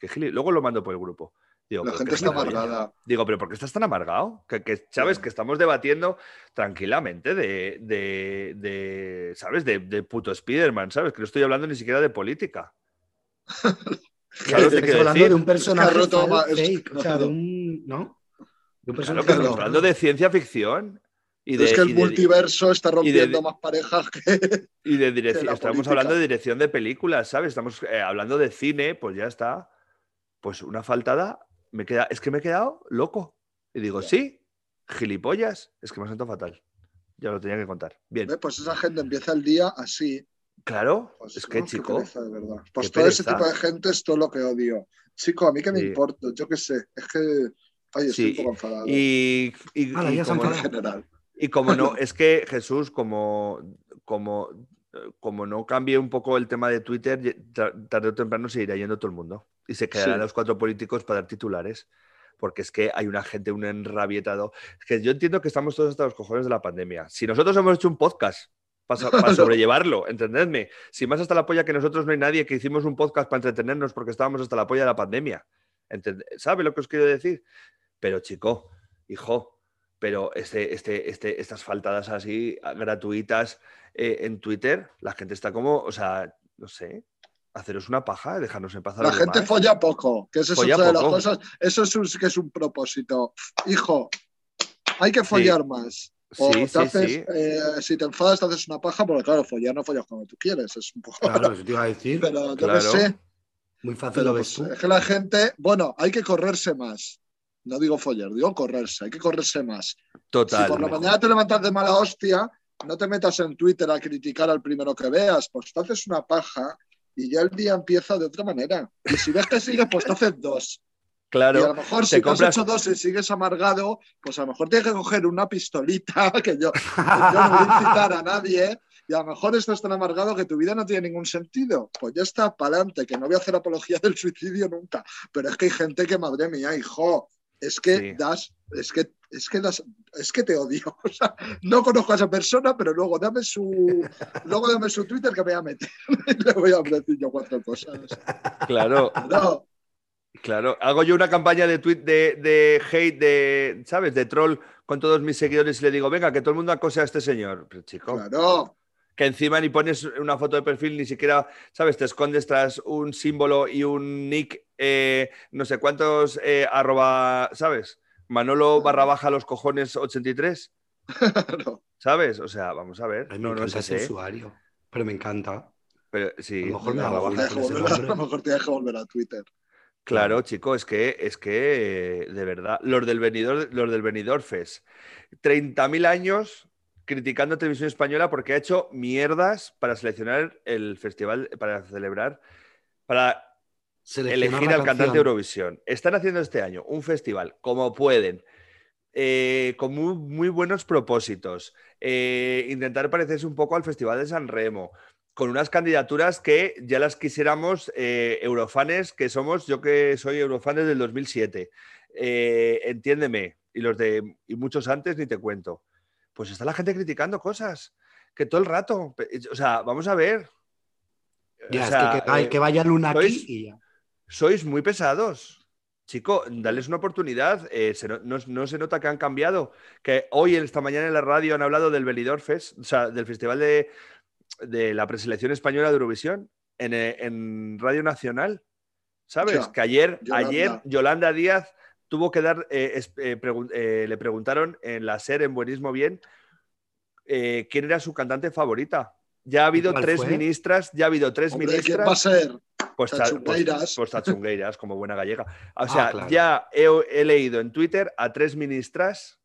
Qué gili- Luego lo mando por el grupo. Digo, La pero gente qué está gilipollas. amargada. Digo, pero ¿por qué estás tan amargado? Que, que, sabes que estamos debatiendo tranquilamente de, de- de, ¿sabes? De, de puto Spiderman, ¿sabes? Que no estoy hablando ni siquiera de política. Claro, te Estamos quiero hablando decir. de un personaje Carro toma- fan fake, o sea, de Claro. un, ¿no? De un Claro, pero personaje Claro. estamos hablando de ciencia ficción y de, Pues es que y el de- multiverso está rompiendo de- más parejas que. y de dirección. de la Estamos política. hablando de dirección de películas, ¿sabes? Estamos eh, hablando de cine, pues ya está. Pues una faltada, me queda, es que me he quedado loco. Y digo, sí, gilipollas, es que me ha sentado fatal. Ya lo tenía que contar. Bien. ¿Ves? Pues esa gente empieza el día así. Claro, Pues, es que ¿no? Qué chico. pereza, de verdad. Pues qué todo ese pereza. tipo de gente es todo lo que odio. Chico, a mí que me Sí. importa, yo qué sé. Es que. Ay, estoy Sí, un poco enfadado. Y, y- Ahora y ya se como, en enfadado. general. y como no, es que Jesús, como, como, eh, como no cambie un poco el tema de Twitter, tra- tarde o temprano se irá yendo todo el mundo. Y se quedarán Sí. los cuatro políticos para dar titulares. Porque es que hay una gente, un enrabietado. Es que yo entiendo que estamos todos hasta los cojones de la pandemia. Si nosotros hemos hecho un podcast para, sobrellevarlo, entendedme. Si más hasta la polla que nosotros no hay nadie que hicimos un podcast para entretenernos porque estábamos hasta la polla de la pandemia. Entend- ¿Sabe lo que os quiero decir? Pero chico, hijo, pero este, este, este, estas faltadas así a- gratuitas eh, en Twitter, la gente está como, o sea, no sé, haceros una paja, dejarnos en paz a La los gente demás. folla poco, que ese es Folla otra de las poco. cosas. Eso es un, que es un propósito. Hijo, hay que follar más. O Sí, te sí, haces, sí. eh, si te enfadas, te haces una paja, porque claro, follar no follas como tú quieres. Es un poco. Claro, eso te iba a decir. Pero yo Claro. qué sé. Muy fácil Pero lo ves pues, tú. es que la gente, bueno, hay que correrse más. No digo follar, digo correrse, hay que correrse más. Total. si por la mejor. mañana te levantas de mala hostia, no te metas en Twitter a criticar al primero que veas, pues te haces una paja y ya el día empieza de otra manera. Y si ves que sigues, pues te haces dos. Y a lo Claro. mejor te si te has compras- hecho dos y sigues amargado, pues a lo mejor tienes que coger una pistolita, que yo, que yo no voy a incitar a nadie, y a lo mejor estás tan amargado que tu vida no tiene ningún sentido. Pues ya está, pa'lante, que no voy a hacer apología del suicidio nunca. Pero es que hay gente que, madre mía, hijo, es que Sí. das, es que, es que das, es que te odio. O sea, no conozco a esa persona, pero luego dame su, luego dame su Twitter que me voy a meter. y Le voy a decir yo cuatro cosas. Claro, No. claro. Hago yo una campaña de tweet de, de hate, de, ¿sabes? De troll con todos mis seguidores y le digo, venga, que todo el mundo acose a este señor. Pero chico, Claro, que encima ni pones una foto de perfil, ni siquiera, ¿sabes? Te escondes tras un símbolo y un nick, eh, no sé cuántos, eh, arroba, ¿sabes? Manolo barra baja los cojones 83, claro. ¿sabes? O sea, vamos a ver. Ay, me No, no encanta es ese así, ¿eh? usuario. Pero me encanta. Pero sí, A lo mejor me barra hago Pues baja. una Tienes con ese que pues volver a- nombre. a lo mejor tienes que volver a Twitter. Claro, chico, es que, es que, eh, de verdad, los del venidor, los del venidor Fest, 30.000 años criticando a Televisión Española porque ha hecho mierdas para seleccionar el festival, para celebrar, para Seleccionar elegir la al cantante de canción. Eurovisión. Están haciendo este año un festival como pueden, eh, con muy, muy buenos propósitos, eh, intentar parecerse un poco al Festival de San Remo, con unas candidaturas que ya las quisiéramos eh, eurofanes, que somos, yo que soy eurofan desde el 2007, eh, entiéndeme, y los de y muchos antes ni te cuento. Pues está la gente criticando cosas, que todo el rato, pe- o sea, vamos a ver. O Ya, es sea, que, que, ay, eh, que vaya Luna aquí ¿sois? y ya. sois muy pesados. Chico, dales una oportunidad. Eh, se no, no- no se nota que han cambiado. Que hoy, esta mañana en la radio, han hablado del Belidor Fest, o sea, del Festival de, de la Preselección Española de Eurovisión en, eh, en Radio Nacional. ¿Sabes? Ya, que ayer Yolanda. ayer Yolanda Díaz tuvo que dar, eh, es- eh, pregun- eh, le preguntaron en la SER, en Buenismo Bien, eh, quién era su cantante favorita. Ya ha habido cuál tres fue? ministras, ya ha habido tres Hombre, ¿quién ministras. va a ser? Pues, ta- Tachungueiras. pues- pues Tachungueiras, como buena gallega. O sea, claro. ya he, o- he leído en Twitter a tres ministras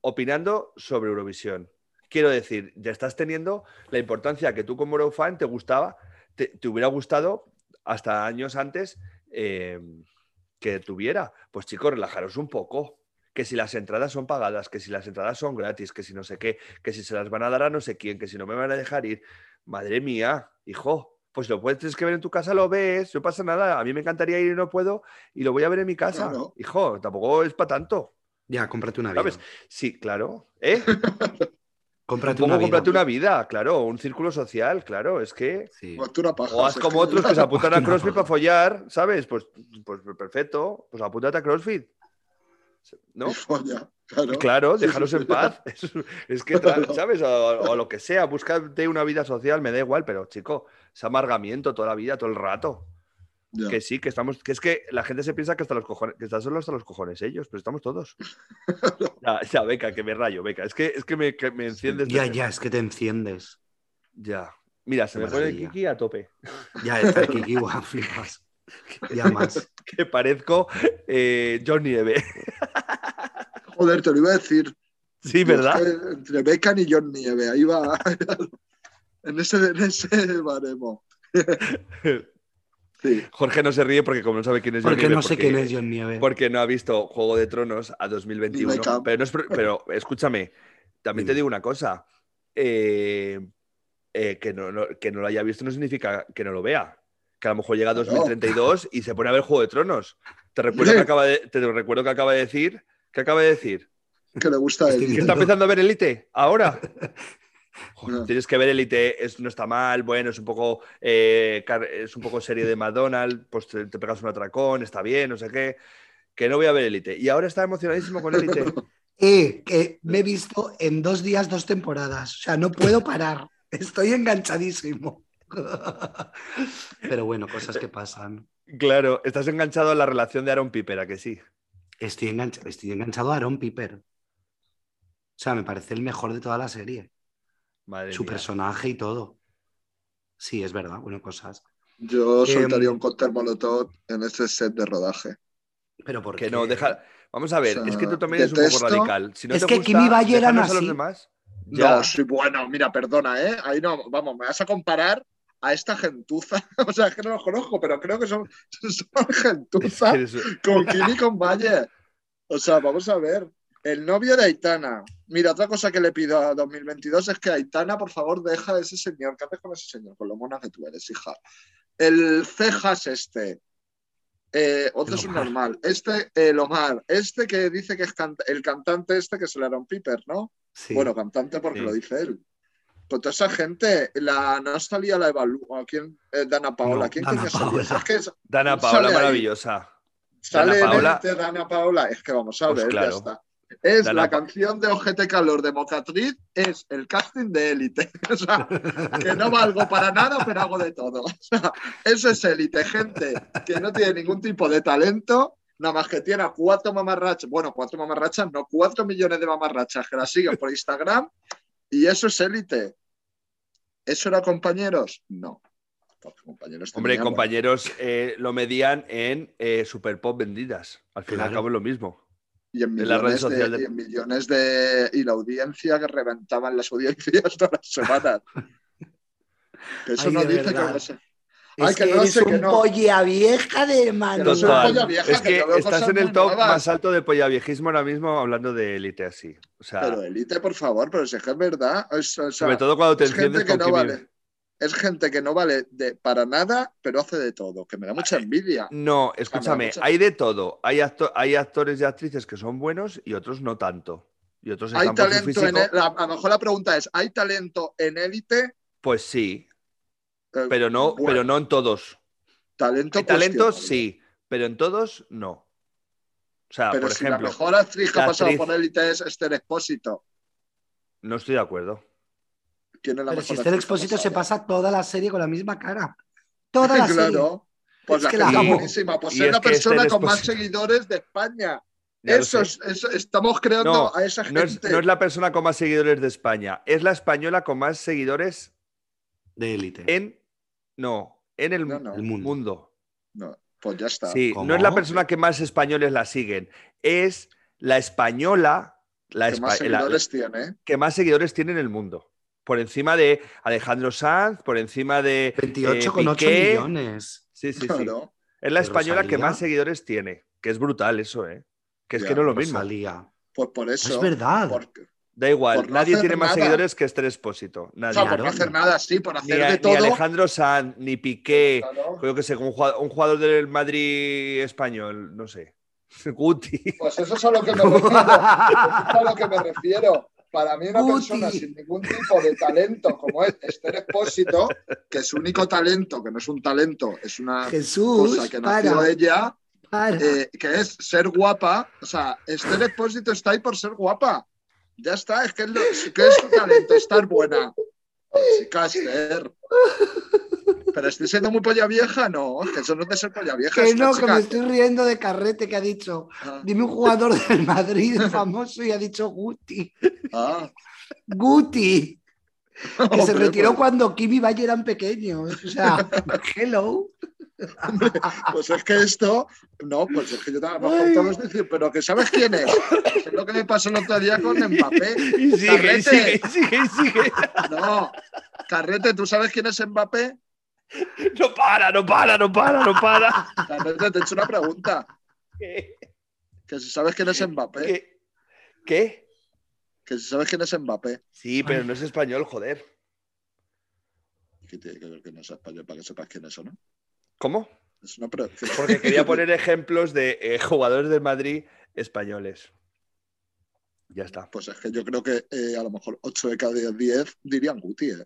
opinando sobre Eurovisión. Quiero decir, ya estás teniendo la importancia que tú como Eurofan te gustaba, te, te hubiera gustado hasta años antes eh, que tuviera. Pues chicos, relajaros un poco. Que si las entradas son pagadas, que si las entradas son gratis, que si no sé qué, que si se las van a dar a no sé quién, que si no me van a dejar ir. Madre mía, hijo, pues lo puedes tienes que ver en tu casa, lo ves, no pasa nada. A mí me encantaría ir y no puedo, y lo voy a ver en mi casa. Claro. Hijo, tampoco es para tanto. Ya, cómprate una vida. ¿Sabes? Sí, claro. ¿Eh? Cómprate una Tampoco vida. cómprate una vida, claro, un círculo social, claro, es que. Sí. Pues tú una paja, O haz si es como que- otros que se apuntan a Una CrossFit paja. para follar, ¿sabes? Pues, pues perfecto, pues apúntate a CrossFit. ¿No? Y folla, claro. Claro, Sí, déjalos sí, sí. en paz. Es, es que, tra- ¿sabes? O, o lo que sea, búscate una vida social, me da igual, pero chico, es amargamiento toda la vida, todo el rato. Ya. Que sí, que estamos, que es que la gente se piensa que hasta los cojones, que están solo hasta los cojones ellos, pero estamos todos. ya, ya, beca, que me rayo, beca. Es que, es que me, que me enciendes. de Ya, este- ya, es que te enciendes. Ya. Mira, se Qué me pone el maravilla. Kiki a tope. Ya, está aquí, aquí, guau, flipas. Ya más. Que parezco eh, John Nieve. Joder, te lo iba a decir. Sí, ¿verdad? Es que Entre Beckham y John Nieve, ahí va. en, ese, en ese baremo. Sí. Jorge no se ríe porque como no sabe quién es John Porque Nieve, no sé quién es John Nieve. Porque no ha visto Juego de Tronos a 2021. Ni Beckham. Pero, no es pro- pero escúchame, también te Dime. digo una cosa. Eh, eh, que, no, no- que no lo haya visto no significa que no lo vea. Que a lo mejor llega a 2032 y se pone a ver Juego de Tronos. Te recuerdo, Sí. que acaba de, te recuerdo que acaba de decir... ¿Qué acaba de decir? Que le gusta a Estoy él. ¿Que está empezando a ver Elite? ¿Ahora? Joder, No. tienes que ver Elite, es, no está mal, bueno, es un poco eh, car- es un poco serie de McDonald's, pues te, te pegas un atracón, está bien, no sé qué. Que no voy a ver Elite. Y ahora está emocionadísimo con Elite. Eh, que me he visto en dos días dos temporadas. O sea, no puedo parar. Estoy enganchadísimo. Pero bueno, cosas que pasan. claro, estás enganchado a la relación de Aaron Piper, ¿a que sí? Estoy enganchado, estoy enganchado a Aaron Piper. O sea, me parece el mejor de toda la serie. Madre Su mía. personaje y todo. Sí, es verdad. Bueno, cosas. Yo Em, soltaría un cóctel molotov en ese set de rodaje. Pero porque Que no, deja. Vamos a ver, O sea, es que tú también eres un detesto- poco radical. Si no Es te que gusta, Kimi Valle era déjanos a nazi. los demás. Ya. No, sí, bueno, mira, perdona, ¿eh? Ahí no, vamos, me vas a comparar a esta gentuza. o sea, es que no los conozco, pero creo que son, son Es gentuza que eres- con Kimi con Valle. O sea, vamos a ver. El novio de Aitana. Mira, otra cosa que le pido a 2022 es que Aitana, por favor, deja a ese señor. ¿Qué haces con ese señor? Con lo mona que tú eres, hija. El Cejas este. Eh, otro El es un Omar. normal. Este, el Omar. Este que dice que es canta- el cantante este que se le hará un piper, ¿no? Sí. Bueno, cantante porque Sí. lo dice él. Con toda esa gente, la, no salía la Evalu, ¿a quién? Eh, Dana Paola, No, ¿quién Dana coño salía? Paola. Es que sa- Dana Sale Paola, ahí. maravillosa. sale Dana en Paola. este Dana Paola, es que vamos a Pues ver, claro. ya está. Es Dana la Pa- canción de Ojete Calor de Mocatriz, es el casting de élite. O sea, que no valgo para nada, pero hago de todo. O sea, eso es élite, gente que no tiene ningún tipo de talento, nada más que tiene a cuatro mamarrachas, bueno, cuatro mamarrachas, no, cuatro millones de mamarrachas que la siguen por Instagram, y eso es élite. ¿Eso era compañeros? No. Porque compañeros Hombre, teníamos. compañeros eh, lo medían en eh, Super Pop vendidas. Al fin y al Claro. cabo es lo mismo. Y en en la red millones, de, social de- y en millones de- Y la audiencia que reventaban las audiencias todas las semanas. Que eso Ay, no de dice que verdad. no se- Es Ay, que, que no eres sé, que un no. polla vieja de Que hermano. no soy Total. polla vieja, es que que yo veo estás cosas en el muy top nuevas. más alto de pollaviejismo ahora mismo hablando de élite así. O sea, Pero Elite, por favor, pero si es que es verdad. es- o sea, sobre todo cuando te es enciendes gente que con no Kimi- vale. Es gente que no vale de, para nada, pero hace de todo, que me da mucha envidia. No, escúchame, mucho. hay de todo. Hay, acto- hay actores y actrices que son buenos y otros no tanto. Y otros Hay están por su talento físico. en el- la- a lo mejor la pregunta es, ¿hay talento en élite? Pues sí, Eh, pero no, bueno, pero no en todos. talento Hay talentos, cuestionable. sí, pero en todos no. O sea, Pero por si ejemplo, la mejor actriz que la ha pasado actriz- por élite es Esther Expósito. no estoy de acuerdo. ¿Quién es la Pero mejor si este actriz que ha exposito se pasado? pasa toda la serie con la misma cara. Toda la serie. Claro. Pues Es la que que la está amo. buenísima. Pues Y es es la que este Esther persona con más Expósito- seguidores de España. Ya lo Eso sé. es, eso- estamos creando No, a esa gente. No es, no es la persona con más seguidores de España, es la española con más seguidores De élite. en. No, en el No, no. El mundo. mundo. No, pues ya está. Sí, ¿Cómo? no es la persona que más españoles la siguen, es la española la que más espa- la- seguidores tiene. que más seguidores tiene en el mundo. Por encima de Alejandro Sanz, por encima de. eh, 28,8 Piqué. millones. Sí, sí, sí. Claro. Es la De española que Rosalía. más seguidores tiene, que es brutal eso, ¿eh? Que es Ya, que no es lo mismo. Rosalía. Pues por eso. Es verdad. Porque, Da igual, Por no nadie hacer tiene más nada. seguidores que Esther Expósito. o Nadie. sea, por Claro. no hacer nada así, por Ni, hacer a- de ni todo. Alejandro Sanz, ni Piqué, Claro. yo que sé, un jugador, un jugador del Madrid español, no sé. Guti. Pues eso es a lo que me refiero. es a lo que me refiero. Para mí, una Guti. persona sin ningún tipo de talento, como es Esther Expósito, que su único talento, que no es un talento, es una Jesús, cosa que nació para, ella, para. eh, que es ser guapa. O sea, Esther Expósito está ahí por ser guapa. Ya está, es que es, lo- es que es su talento, estar buena. Chica, Esther. Pero estoy siendo muy polla vieja, no, que eso no es de ser polla vieja. que es una no, que chica- me estoy riendo de carrete que ha dicho. Ah, Dime un jugador del Madrid famoso y ha dicho Guti. ah. Guti. Que se Hombre, retiró pues, cuando Kimi Valle eran pequeños. O sea, hello. Hombre, pues es que esto, no, pues es que yo tampoco podemos decir, pero que sabes quién es. Es lo que me pasó el otro día con Mbappé. Y sigue, y Carrete. sigue, y sigue, y sigue. No, Carrete, ¿tú sabes quién es Mbappé? No para, no para, no para, no para. Carrete, te he hecho una pregunta. ¿Qué? Que si sabes quién es Mbappé, ¿Qué? ¿Qué? que si sabes quién es Mbappé, Sí, pero no es español, joder. que tiene que ver que no es español para que sepas quién es o no. ¿Cómo? Es una pre- que- Porque quería poner ejemplos de eh, jugadores del Madrid españoles. Ya está. Pues es que yo creo que eh, a lo mejor 8 de cada 10 dirían Guti, ¿eh?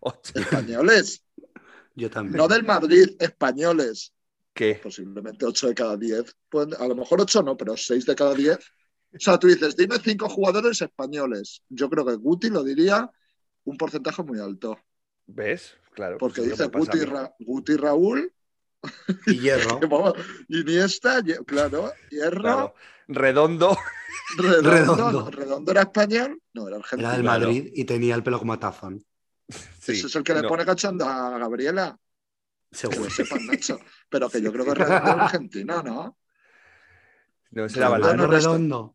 Hostia, españoles, Yo también. no del Madrid, españoles. ¿Qué? Posiblemente 8 de cada 10, pueden- a lo mejor 8 no, pero 6 de cada 10. O sea, tú dices, dime 5 jugadores españoles. Yo creo que Guti lo diría un porcentaje muy alto, ¿Ves? Claro. eso porque es dice lo Pues que me pasa Guti, a mí. Ra- Guti Raúl, Y hierro. que vamos, Iniesta, Ye- claro, Hierro, Claro. Redondo. Redondo, Redondo. no, Redondo era español, no, era argentino. Era del Claro. Madrid y tenía el pelo como a tazón. Sí, Ese es el que le no. Pues pone cachondo a Gabriela. Que lo Seguro. sepas, Nacho. Pero que yo creo que es Redondo es argentino, ¿no? No, será Valdano. Redondo, Valdano Resto. redondo.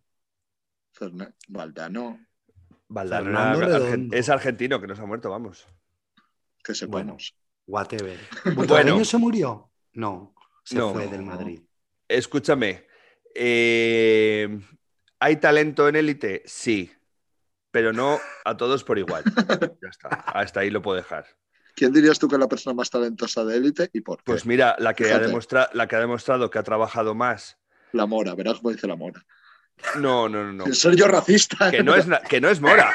Fernan- Valdano, Valdano Fernando era argen- Redondo. es argentino, que nos ha muerto, vamos. que sepamos. Whatever. Bueno. ¿Butragueño se murió? No. Se No. fue del Madrid. Escúchame. eh, ¿Hay talento en élite? Sí. Pero no a todos por igual. Ya está. Hasta ahí lo puedo dejar. ¿Quién dirías tú que es la persona más talentosa de élite y por qué? Pues mira, la que, ha Fíjate. demostra- la que ha demostrado que ha trabajado más. la Mora, verás cómo dice la Mora. No, no, no, no. Sin ser yo racista. ¿eh? Que no es, na- que no es Mora.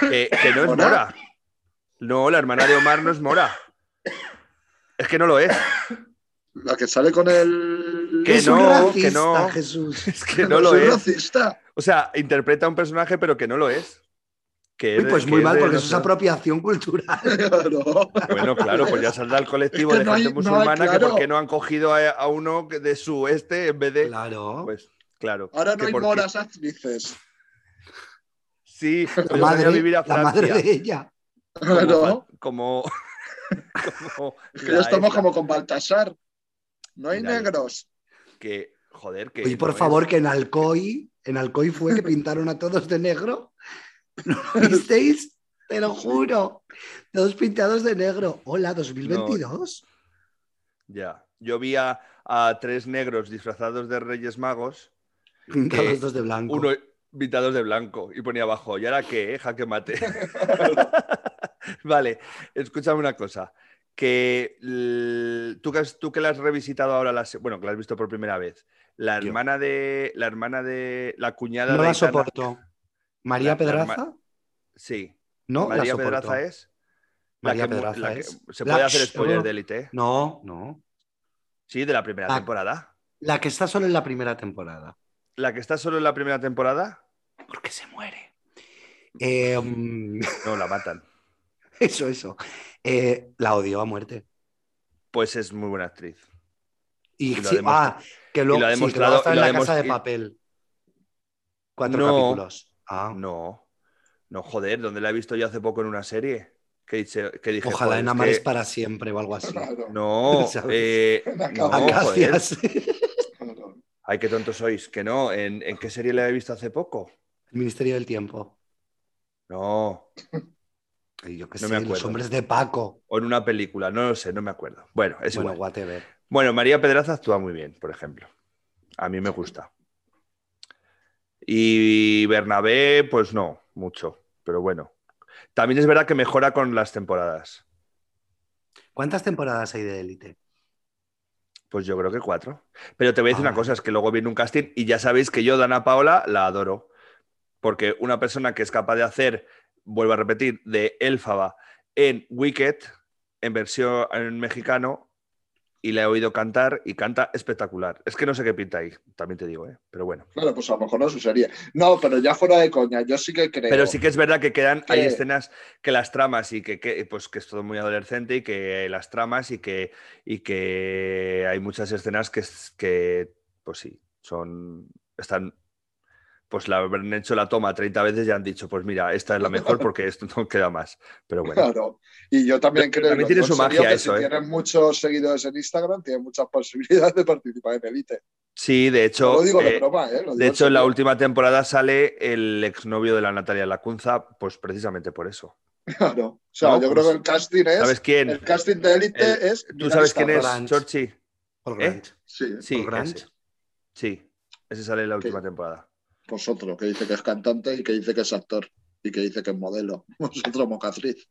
Que, que no es ¿Mora? Mora. No, la hermana de Omar no es Mora. Es que no lo es. La que sale con el. Que es no, un que racista, no. Jesús. Es que no lo soy es. racista. O sea, interpreta a un personaje, pero que no lo es. Que Uy, es de- pues que muy es mal, de porque la eso es ciudad. apropiación cultural. Claro. Bueno, claro, pues ya saldrá el colectivo Es que de no hay- gente no hay- musulmana que claro. por qué no han cogido a, a uno que de su este en vez de. Claro. Pues claro. Ahora que no hay por qué- moras actrices. Sí, la, yo voy madre, a vivir a la Francia. madre de ella. Claro. Como. como Es que ya estamos esta, como con Baltasar. No hay Mira, negros. Que, joder, que. Y por no es- favor, que en Alcoy, en Alcoy fue que pintaron a todos de negro. ¿No lo visteis? Te lo juro. Todos pintados de negro. Hola, 2022. Ya. Yo vi a, a tres negros disfrazados de Reyes Magos, Pintados que dos de blanco. uno pintados de blanco, y ponía abajo, ¿y ahora qué? eh? Jaque mate. vale, escúchame una cosa. Que l- tú que, has- tú que la has revisitado ahora, la se- bueno, que la has visto por primera vez, la Yo. hermana de. La hermana de. La cuñada No de. la Aitana- soporto. María La- la Pedraza. herma- Sí. no, la María soporto. Pedraza ¿eh? es. la María que mu- Pedraza la que- es. Se La- puede hacer Shh, spoiler no. de élite. ¿eh? No, no. Sí, de la primera Ah. temporada. La que está solo en la primera temporada. La que está solo en la primera temporada, Porque se muere. Eh, mm, no la matan. eso, eso. Eh, la odio a muerte. Pues es muy buena actriz. Y, Y lo sí, ha demostra- ah, que luego, y lo ha sí, que luego demostrado- está y en lo ha la casa demostra- de y- papel. Cuatro No. capítulos. Ah, No, no joder, donde la he visto yo hace poco en una serie. Que, dice- que dije, Ojalá joder, en es amar que- es para siempre o algo así. Claro, No, ¿Sabes? eh, no, joder, Acacias. claro. ay, qué tontos sois. Que no, ¿en, en qué serie la he visto hace poco? El Ministerio del Tiempo. No, Y yo qué No sé, me los acuerdo. hombres de Paco. o en una película, no lo sé, no me acuerdo. Bueno, es bueno, igual. whatever. Bueno, María Pedraza actúa muy bien, por ejemplo. A mí me gusta. Y Bernabé, pues no, mucho. Pero bueno. También es verdad que mejora con las temporadas. ¿Cuántas temporadas hay de Élite? Pues yo creo que cuatro. Pero te voy a decir una Ah, vale. cosa, es que luego viene un casting y ya sabéis que yo, Dana Paola, la adoro. Porque una persona que es capaz de hacer, vuelvo a repetir, de Elfaba en Wicked, en versión en mexicano, y la he oído cantar y canta espectacular. Es que no sé qué pinta ahí, también te digo, ¿eh? pero bueno. Claro, pues a lo mejor no es su serie. No, pero ya fuera de coña, yo sí que creo. Pero sí que es verdad que quedan, hay que- escenas que las tramas y que, que- pues que es todo muy adolescente y que las tramas y que, y que hay muchas escenas que, es- que pues sí, son, están pues la han hecho la toma 30 veces y han dicho, pues mira, esta es la mejor porque esto no queda más. Pero bueno. Claro. Y yo también Pero creo también en tiene los su consejos magia que eso, si ¿eh? tienen muchos seguidores en Instagram, tienen muchas posibilidades de participar en Elite. Sí, de hecho, No lo digo de eh, broma, ¿eh? Lo digo de hecho en la serio. última temporada sale el exnovio de la Natalia Lacunza, pues precisamente por eso. Claro. O sea, No, yo pues, creo que el casting es. ¿Sabes quién? El casting de Elite El- es. ¿Tú sabes quién es, Branch. Chorchi? Paul ¿Eh? Grant. Sí, Sí, Paul Grant. ese. sí, ese sale en la última temporada. pues otro que dice que es cantante y que dice que es actor y que dice que es modelo. Vosotros, mocatriz.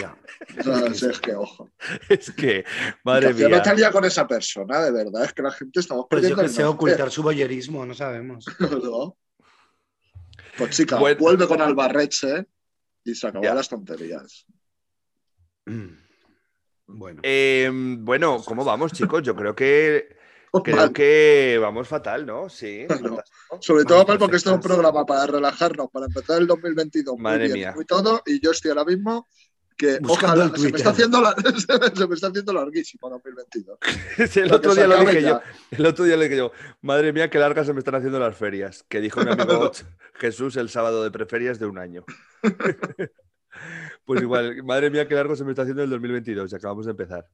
Ya. O sea, si es que ojo. Es que, madre yo no mía. estaría con esa persona, de verdad. Es que la gente estamos Pues yo perdiendo que el sé, norte, ocultar su boyerismo, no sabemos. ¿no? Pues chica, Bueno. vuelve con Albarreche y se acabó Ya. las tonterías. Bueno. Eh, bueno, ¿cómo vamos, chicos? Yo creo que creo Mal. que vamos fatal, ¿no? Sí. Claro. fantástico. Sobre todo Vale, mal porque este es un perfecto. programa para relajarnos, para empezar el 2022 Madre muy bien, mía. muy todo, y yo estoy ahora mismo que Buscando ojalá, el se me, Twitter. está haciendo la- se me está haciendo larguísimo 2022. El Lo que otro se día lo acabe dije ya. yo. El otro día le dije yo, madre mía, qué largas se me están haciendo las ferias, que dijo mi amigo Jesús el sábado de preferias de un año. pues igual, madre mía, qué largo se me está haciendo el 2022, ya acabamos de empezar.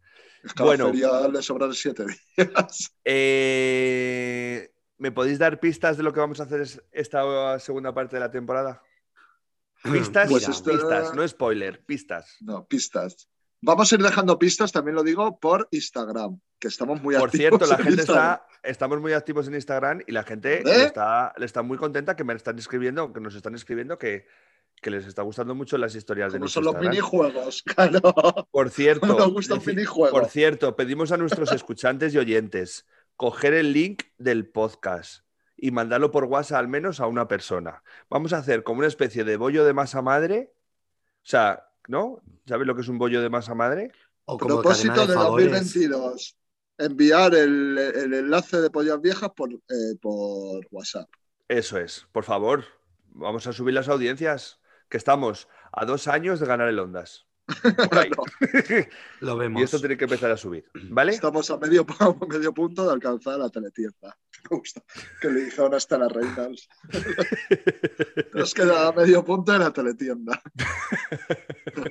Es que a la Bueno. feria le sobran siete días. Eh, ¿Me podéis dar pistas de lo que vamos a hacer es- esta segunda parte de la temporada? Pistas, Mira, Pues esto- pistas, no spoiler, pistas. No, pistas. Vamos a ir dejando pistas, también lo digo, por Instagram, que estamos muy Por activos. cierto, la en gente Instagram. está, estamos muy activos en Instagram y la gente ¿Eh? le está, le está muy contenta que me están escribiendo, que nos están escribiendo que, que les está gustando mucho las historias de Como nuestro son los Instagram. minijuegos, claro. Por Como nos cierto, gusta un por minijuego. cierto, pedimos a nuestros escuchantes y oyentes coger el link del podcast y mandarlo por WhatsApp al menos a una persona. Vamos a hacer como una especie de bollo de masa madre. O sea, ¿no? ¿Sabes lo que es un bollo de masa madre? O como Propósito cadena de, de, favores. 2022. Enviar el, el enlace de pollas viejas por, eh, por WhatsApp. Eso es. Por favor, vamos a subir las audiencias, que estamos a dos años de ganar el Ondas. Por ahí. No, Lo vemos. y esto tiene que empezar a subir, ¿vale? Estamos a medio, a medio punto de alcanzar la teletienda. Me gusta. Que le dijeron hasta las reinas. Nos queda a medio punto de la teletienda.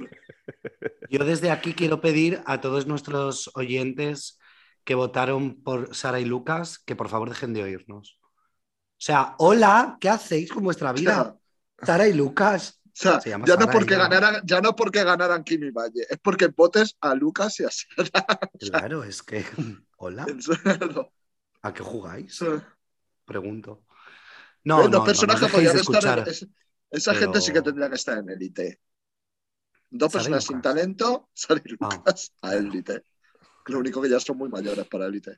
Yo desde aquí quiero pedir a todos nuestros oyentes que votaron por Sara y Lucas que por favor dejen de oírnos. O sea, hola, ¿qué hacéis con vuestra vida? Sara y Lucas. O sea, Se llama ya no, Sara, porque ya. ganaran, ya no porque ganaran Kimi Valle, es porque votes a Lucas y a Sara. Claro, es que. Hola, En serio. ¿a qué jugáis? Eh, Pregunto. No, Los no, personajes no, nos dejéis podrían de estar. en- escuchar. es- esa pero- gente sí que tendría que estar en élite. Dos Sara y personas sin Lucas. talento, Sara y Ah. Lucas a élite. Lo único que ya son muy mayores para élite.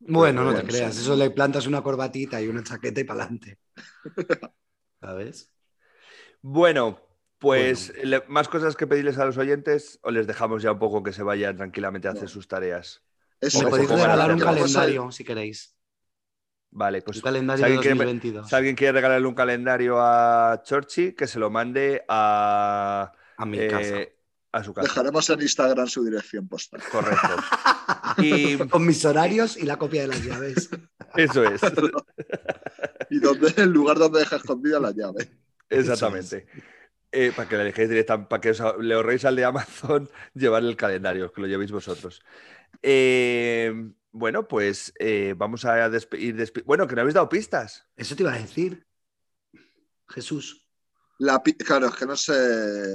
Bueno, no te Bueno, creas, sí. eso le plantas una corbatita y una chaqueta y pa'lante. ¿Sabes? Bueno, pues le- más cosas que pedirles a los oyentes o les dejamos ya un poco que se vayan tranquilamente a hacer No. sus tareas. Eso Me Ojo, podéis ojo, regalar ojo, un ojo. calendario si queréis. Vale, Un pues calendario de ¿alguien quiere- 2022. si alguien quiere regalarle un calendario a Chorchi, que se lo mande a, A mi eh, casa. a su casa. Dejaremos en Instagram su dirección postal. Correcto. Y Con mis horarios y la copia de las llaves. eso es. Y donde, el lugar donde deja escondida la llave. Exactamente. Eh, para que le dejéis directa, para que os a- le ahorréis al de Amazon llevar el calendario, que lo llevéis vosotros. Eh, bueno, pues eh, vamos a despe- ir despi- Bueno, que no habéis dado pistas. Eso te iba a decir. Jesús. La pi- claro, es que no sé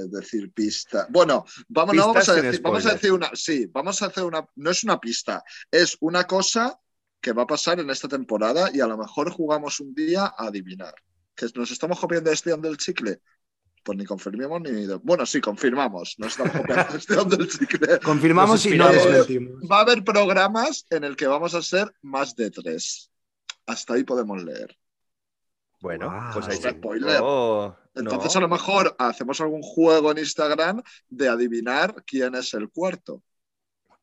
decir pista. Bueno, vamos, no, Pistas vamos, a, sin decir, vamos a spoiler. decir una. Sí, vamos a hacer una. No es una pista, es una cosa que va a pasar en esta temporada y a lo mejor jugamos un día a adivinar. ¿Que nos estamos copiando este del chicle? Pues ni confirmemos ni. Bueno, sí, confirmamos. Nos estamos copiando este del chicle. Confirmamos Nos y no inspiramos. desmentimos. Va a haber programas en el que vamos a ser más de tres. Hasta ahí podemos leer. Bueno, Guau. pues ahí Ostras, sí. spoiler. Oh, Entonces, no. a lo mejor hacemos algún juego en Instagram de adivinar quién es el cuarto.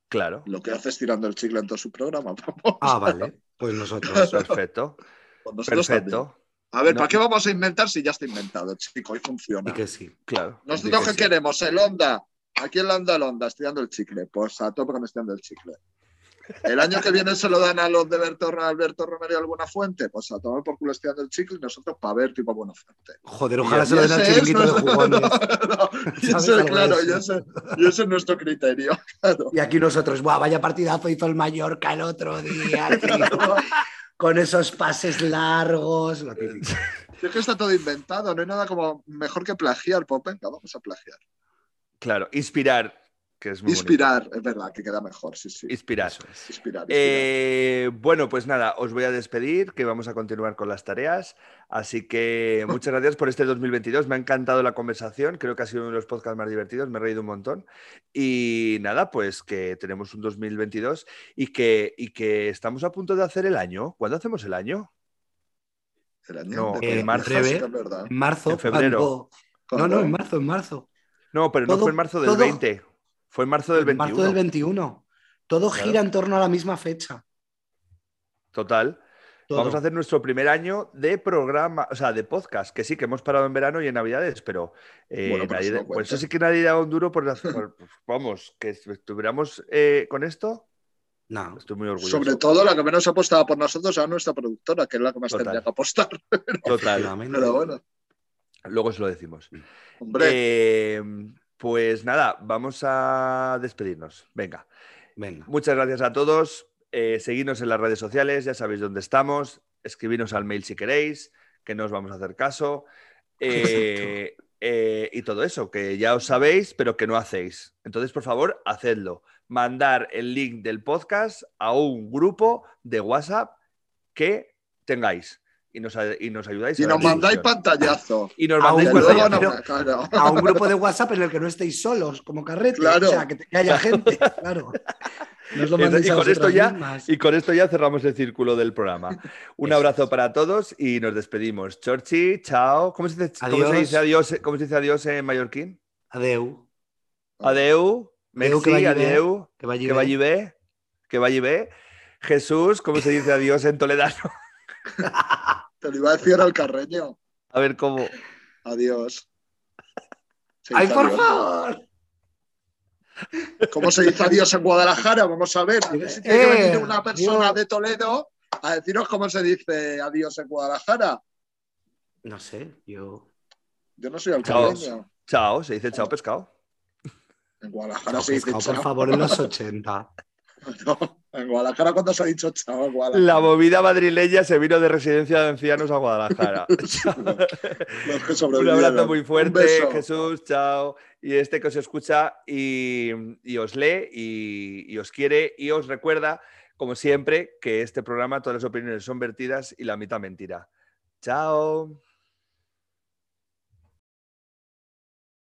Claro. Lo que haces tirando el chicle en todo su programa. vamos. Ah, vale. Pues nosotros. Perfecto. Con nosotros también. Perfecto. A ver, No. ¿para qué vamos a inventar si ya está inventado, chico? Y funciona. Y que sí. Claro. Nosotros Di que que sí. queremos el Honda. ¿A quién le anda el Honda? Estirando el chicle. Pues a tope con estirando el chicle. El año que viene se lo dan a los de Berto, Alberto Romero y alguna fuente. Pues a tomar por culo este año el chicle y nosotros para ver tipo buena fuente. Joder, Y ojalá se lo den ese al es chiringuito de nuestro- jugones. No, no, y ¿Sabes? ese, Algo claro, de y eso. ese, y ese es nuestro criterio. Claro. Y aquí nosotros, ¡buah, vaya partidazo hizo el Mallorca el otro día! tío! Con esos pases largos. lo típico. Si es que está todo inventado, no hay nada como mejor que plagiar, pues venga, vamos a plagiar. Claro, inspirar, que es muy bonito. Inspirar, es verdad, que queda mejor, sí, sí. Inspirar. Inspirar. inspirar. Eh, bueno, pues nada, os voy a despedir, que vamos a continuar con las tareas. Así que muchas gracias por este 2022. Me ha encantado la conversación. Creo que ha sido uno de los podcasts más divertidos. Me he reído un montón. Y nada, pues que tenemos un 2022 y que, y que estamos a punto de hacer el año. ¿Cuándo hacemos el año? El año no, eh, de- en marzo. sí, es verdad. En marzo. En febrero. cuando- No, no, en marzo, en marzo. No, pero no Todo- fue en marzo del todo- 20. Fue en marzo del En 21. marzo del 21. Todo Claro. gira en torno a la misma fecha. Total. Todo. Vamos a hacer nuestro primer año de programa, o sea, de podcast, que sí, que hemos parado en verano y en Navidades, pero, eh, Bueno, pero nadie- eso no por eso cuenta. sí que nadie daba un duro por, las- por- pues, vamos, que estuviéramos eh, con esto, No. estoy muy orgulloso. Sobre todo la que menos apostaba por nosotros a nuestra productora, que es la que más Total. tendría que apostar. Total, efectivamente. Pero bueno, luego se lo decimos. hombre, Eh, pues nada, vamos a despedirnos. Venga, Venga. muchas gracias a todos. Eh, seguidnos en las redes sociales, ya sabéis dónde estamos. Escribirnos al mail si queréis, que no os vamos a hacer caso. Eh, eh, y todo eso, que ya os sabéis, pero que no hacéis. Entonces, por favor, hacedlo. Mandar el link del podcast a un grupo de WhatsApp que tengáis y nos, a- y nos ayudáis. si a dar nos mandáis difusión. pantallazo. y nos a un mandáis que grupo pantallazo. luego de- no, pero- claro. A un grupo de WhatsApp en el que no estéis solos, como carrete. Claro. O sea, que, que haya gente. Claro. Nos lo Y mandéis a con esto vosotras ya- mismas. Y con esto ya cerramos el círculo del programa. Un abrazo para todos y nos despedimos. Chorchi, chao. ¿Cómo se dice cómo se Adiós. dice adiós, cómo se dice adiós en mallorquín? Adeu. Adeu, Adeu, que merci, vagi bé. adeu. Que vaya Que vaya y ve, que vaya y ve. Jesús, ¿cómo se dice adiós en toledano? Te lo iba a decir al carreño. A ver cómo. Adiós. Se ¡Ay, dice por adiós. favor! ¿Cómo se dice adiós en Guadalajara? Vamos a ver. Si tiene que Eh, venir una persona adiós. de Toledo a deciros cómo se dice adiós en Guadalajara. No sé, yo. Yo no soy el Chao. carreño. Chao, se dice chao pescado. En Guadalajara se dice Pescado, chao. por favor, en los 80. No, en Guadalajara, cuando se ha dicho chao? En Guadalajara. La movida madrileña se vino de residencia de ancianos a Guadalajara. Los que Un sobrevivieron. abrazo muy Un fuerte, beso. Jesús, chao. Y este que os escucha y, y os lee y, y os quiere y os recuerda, como siempre, que este programa todas las opiniones son vertidas y la mitad mentira. Chao.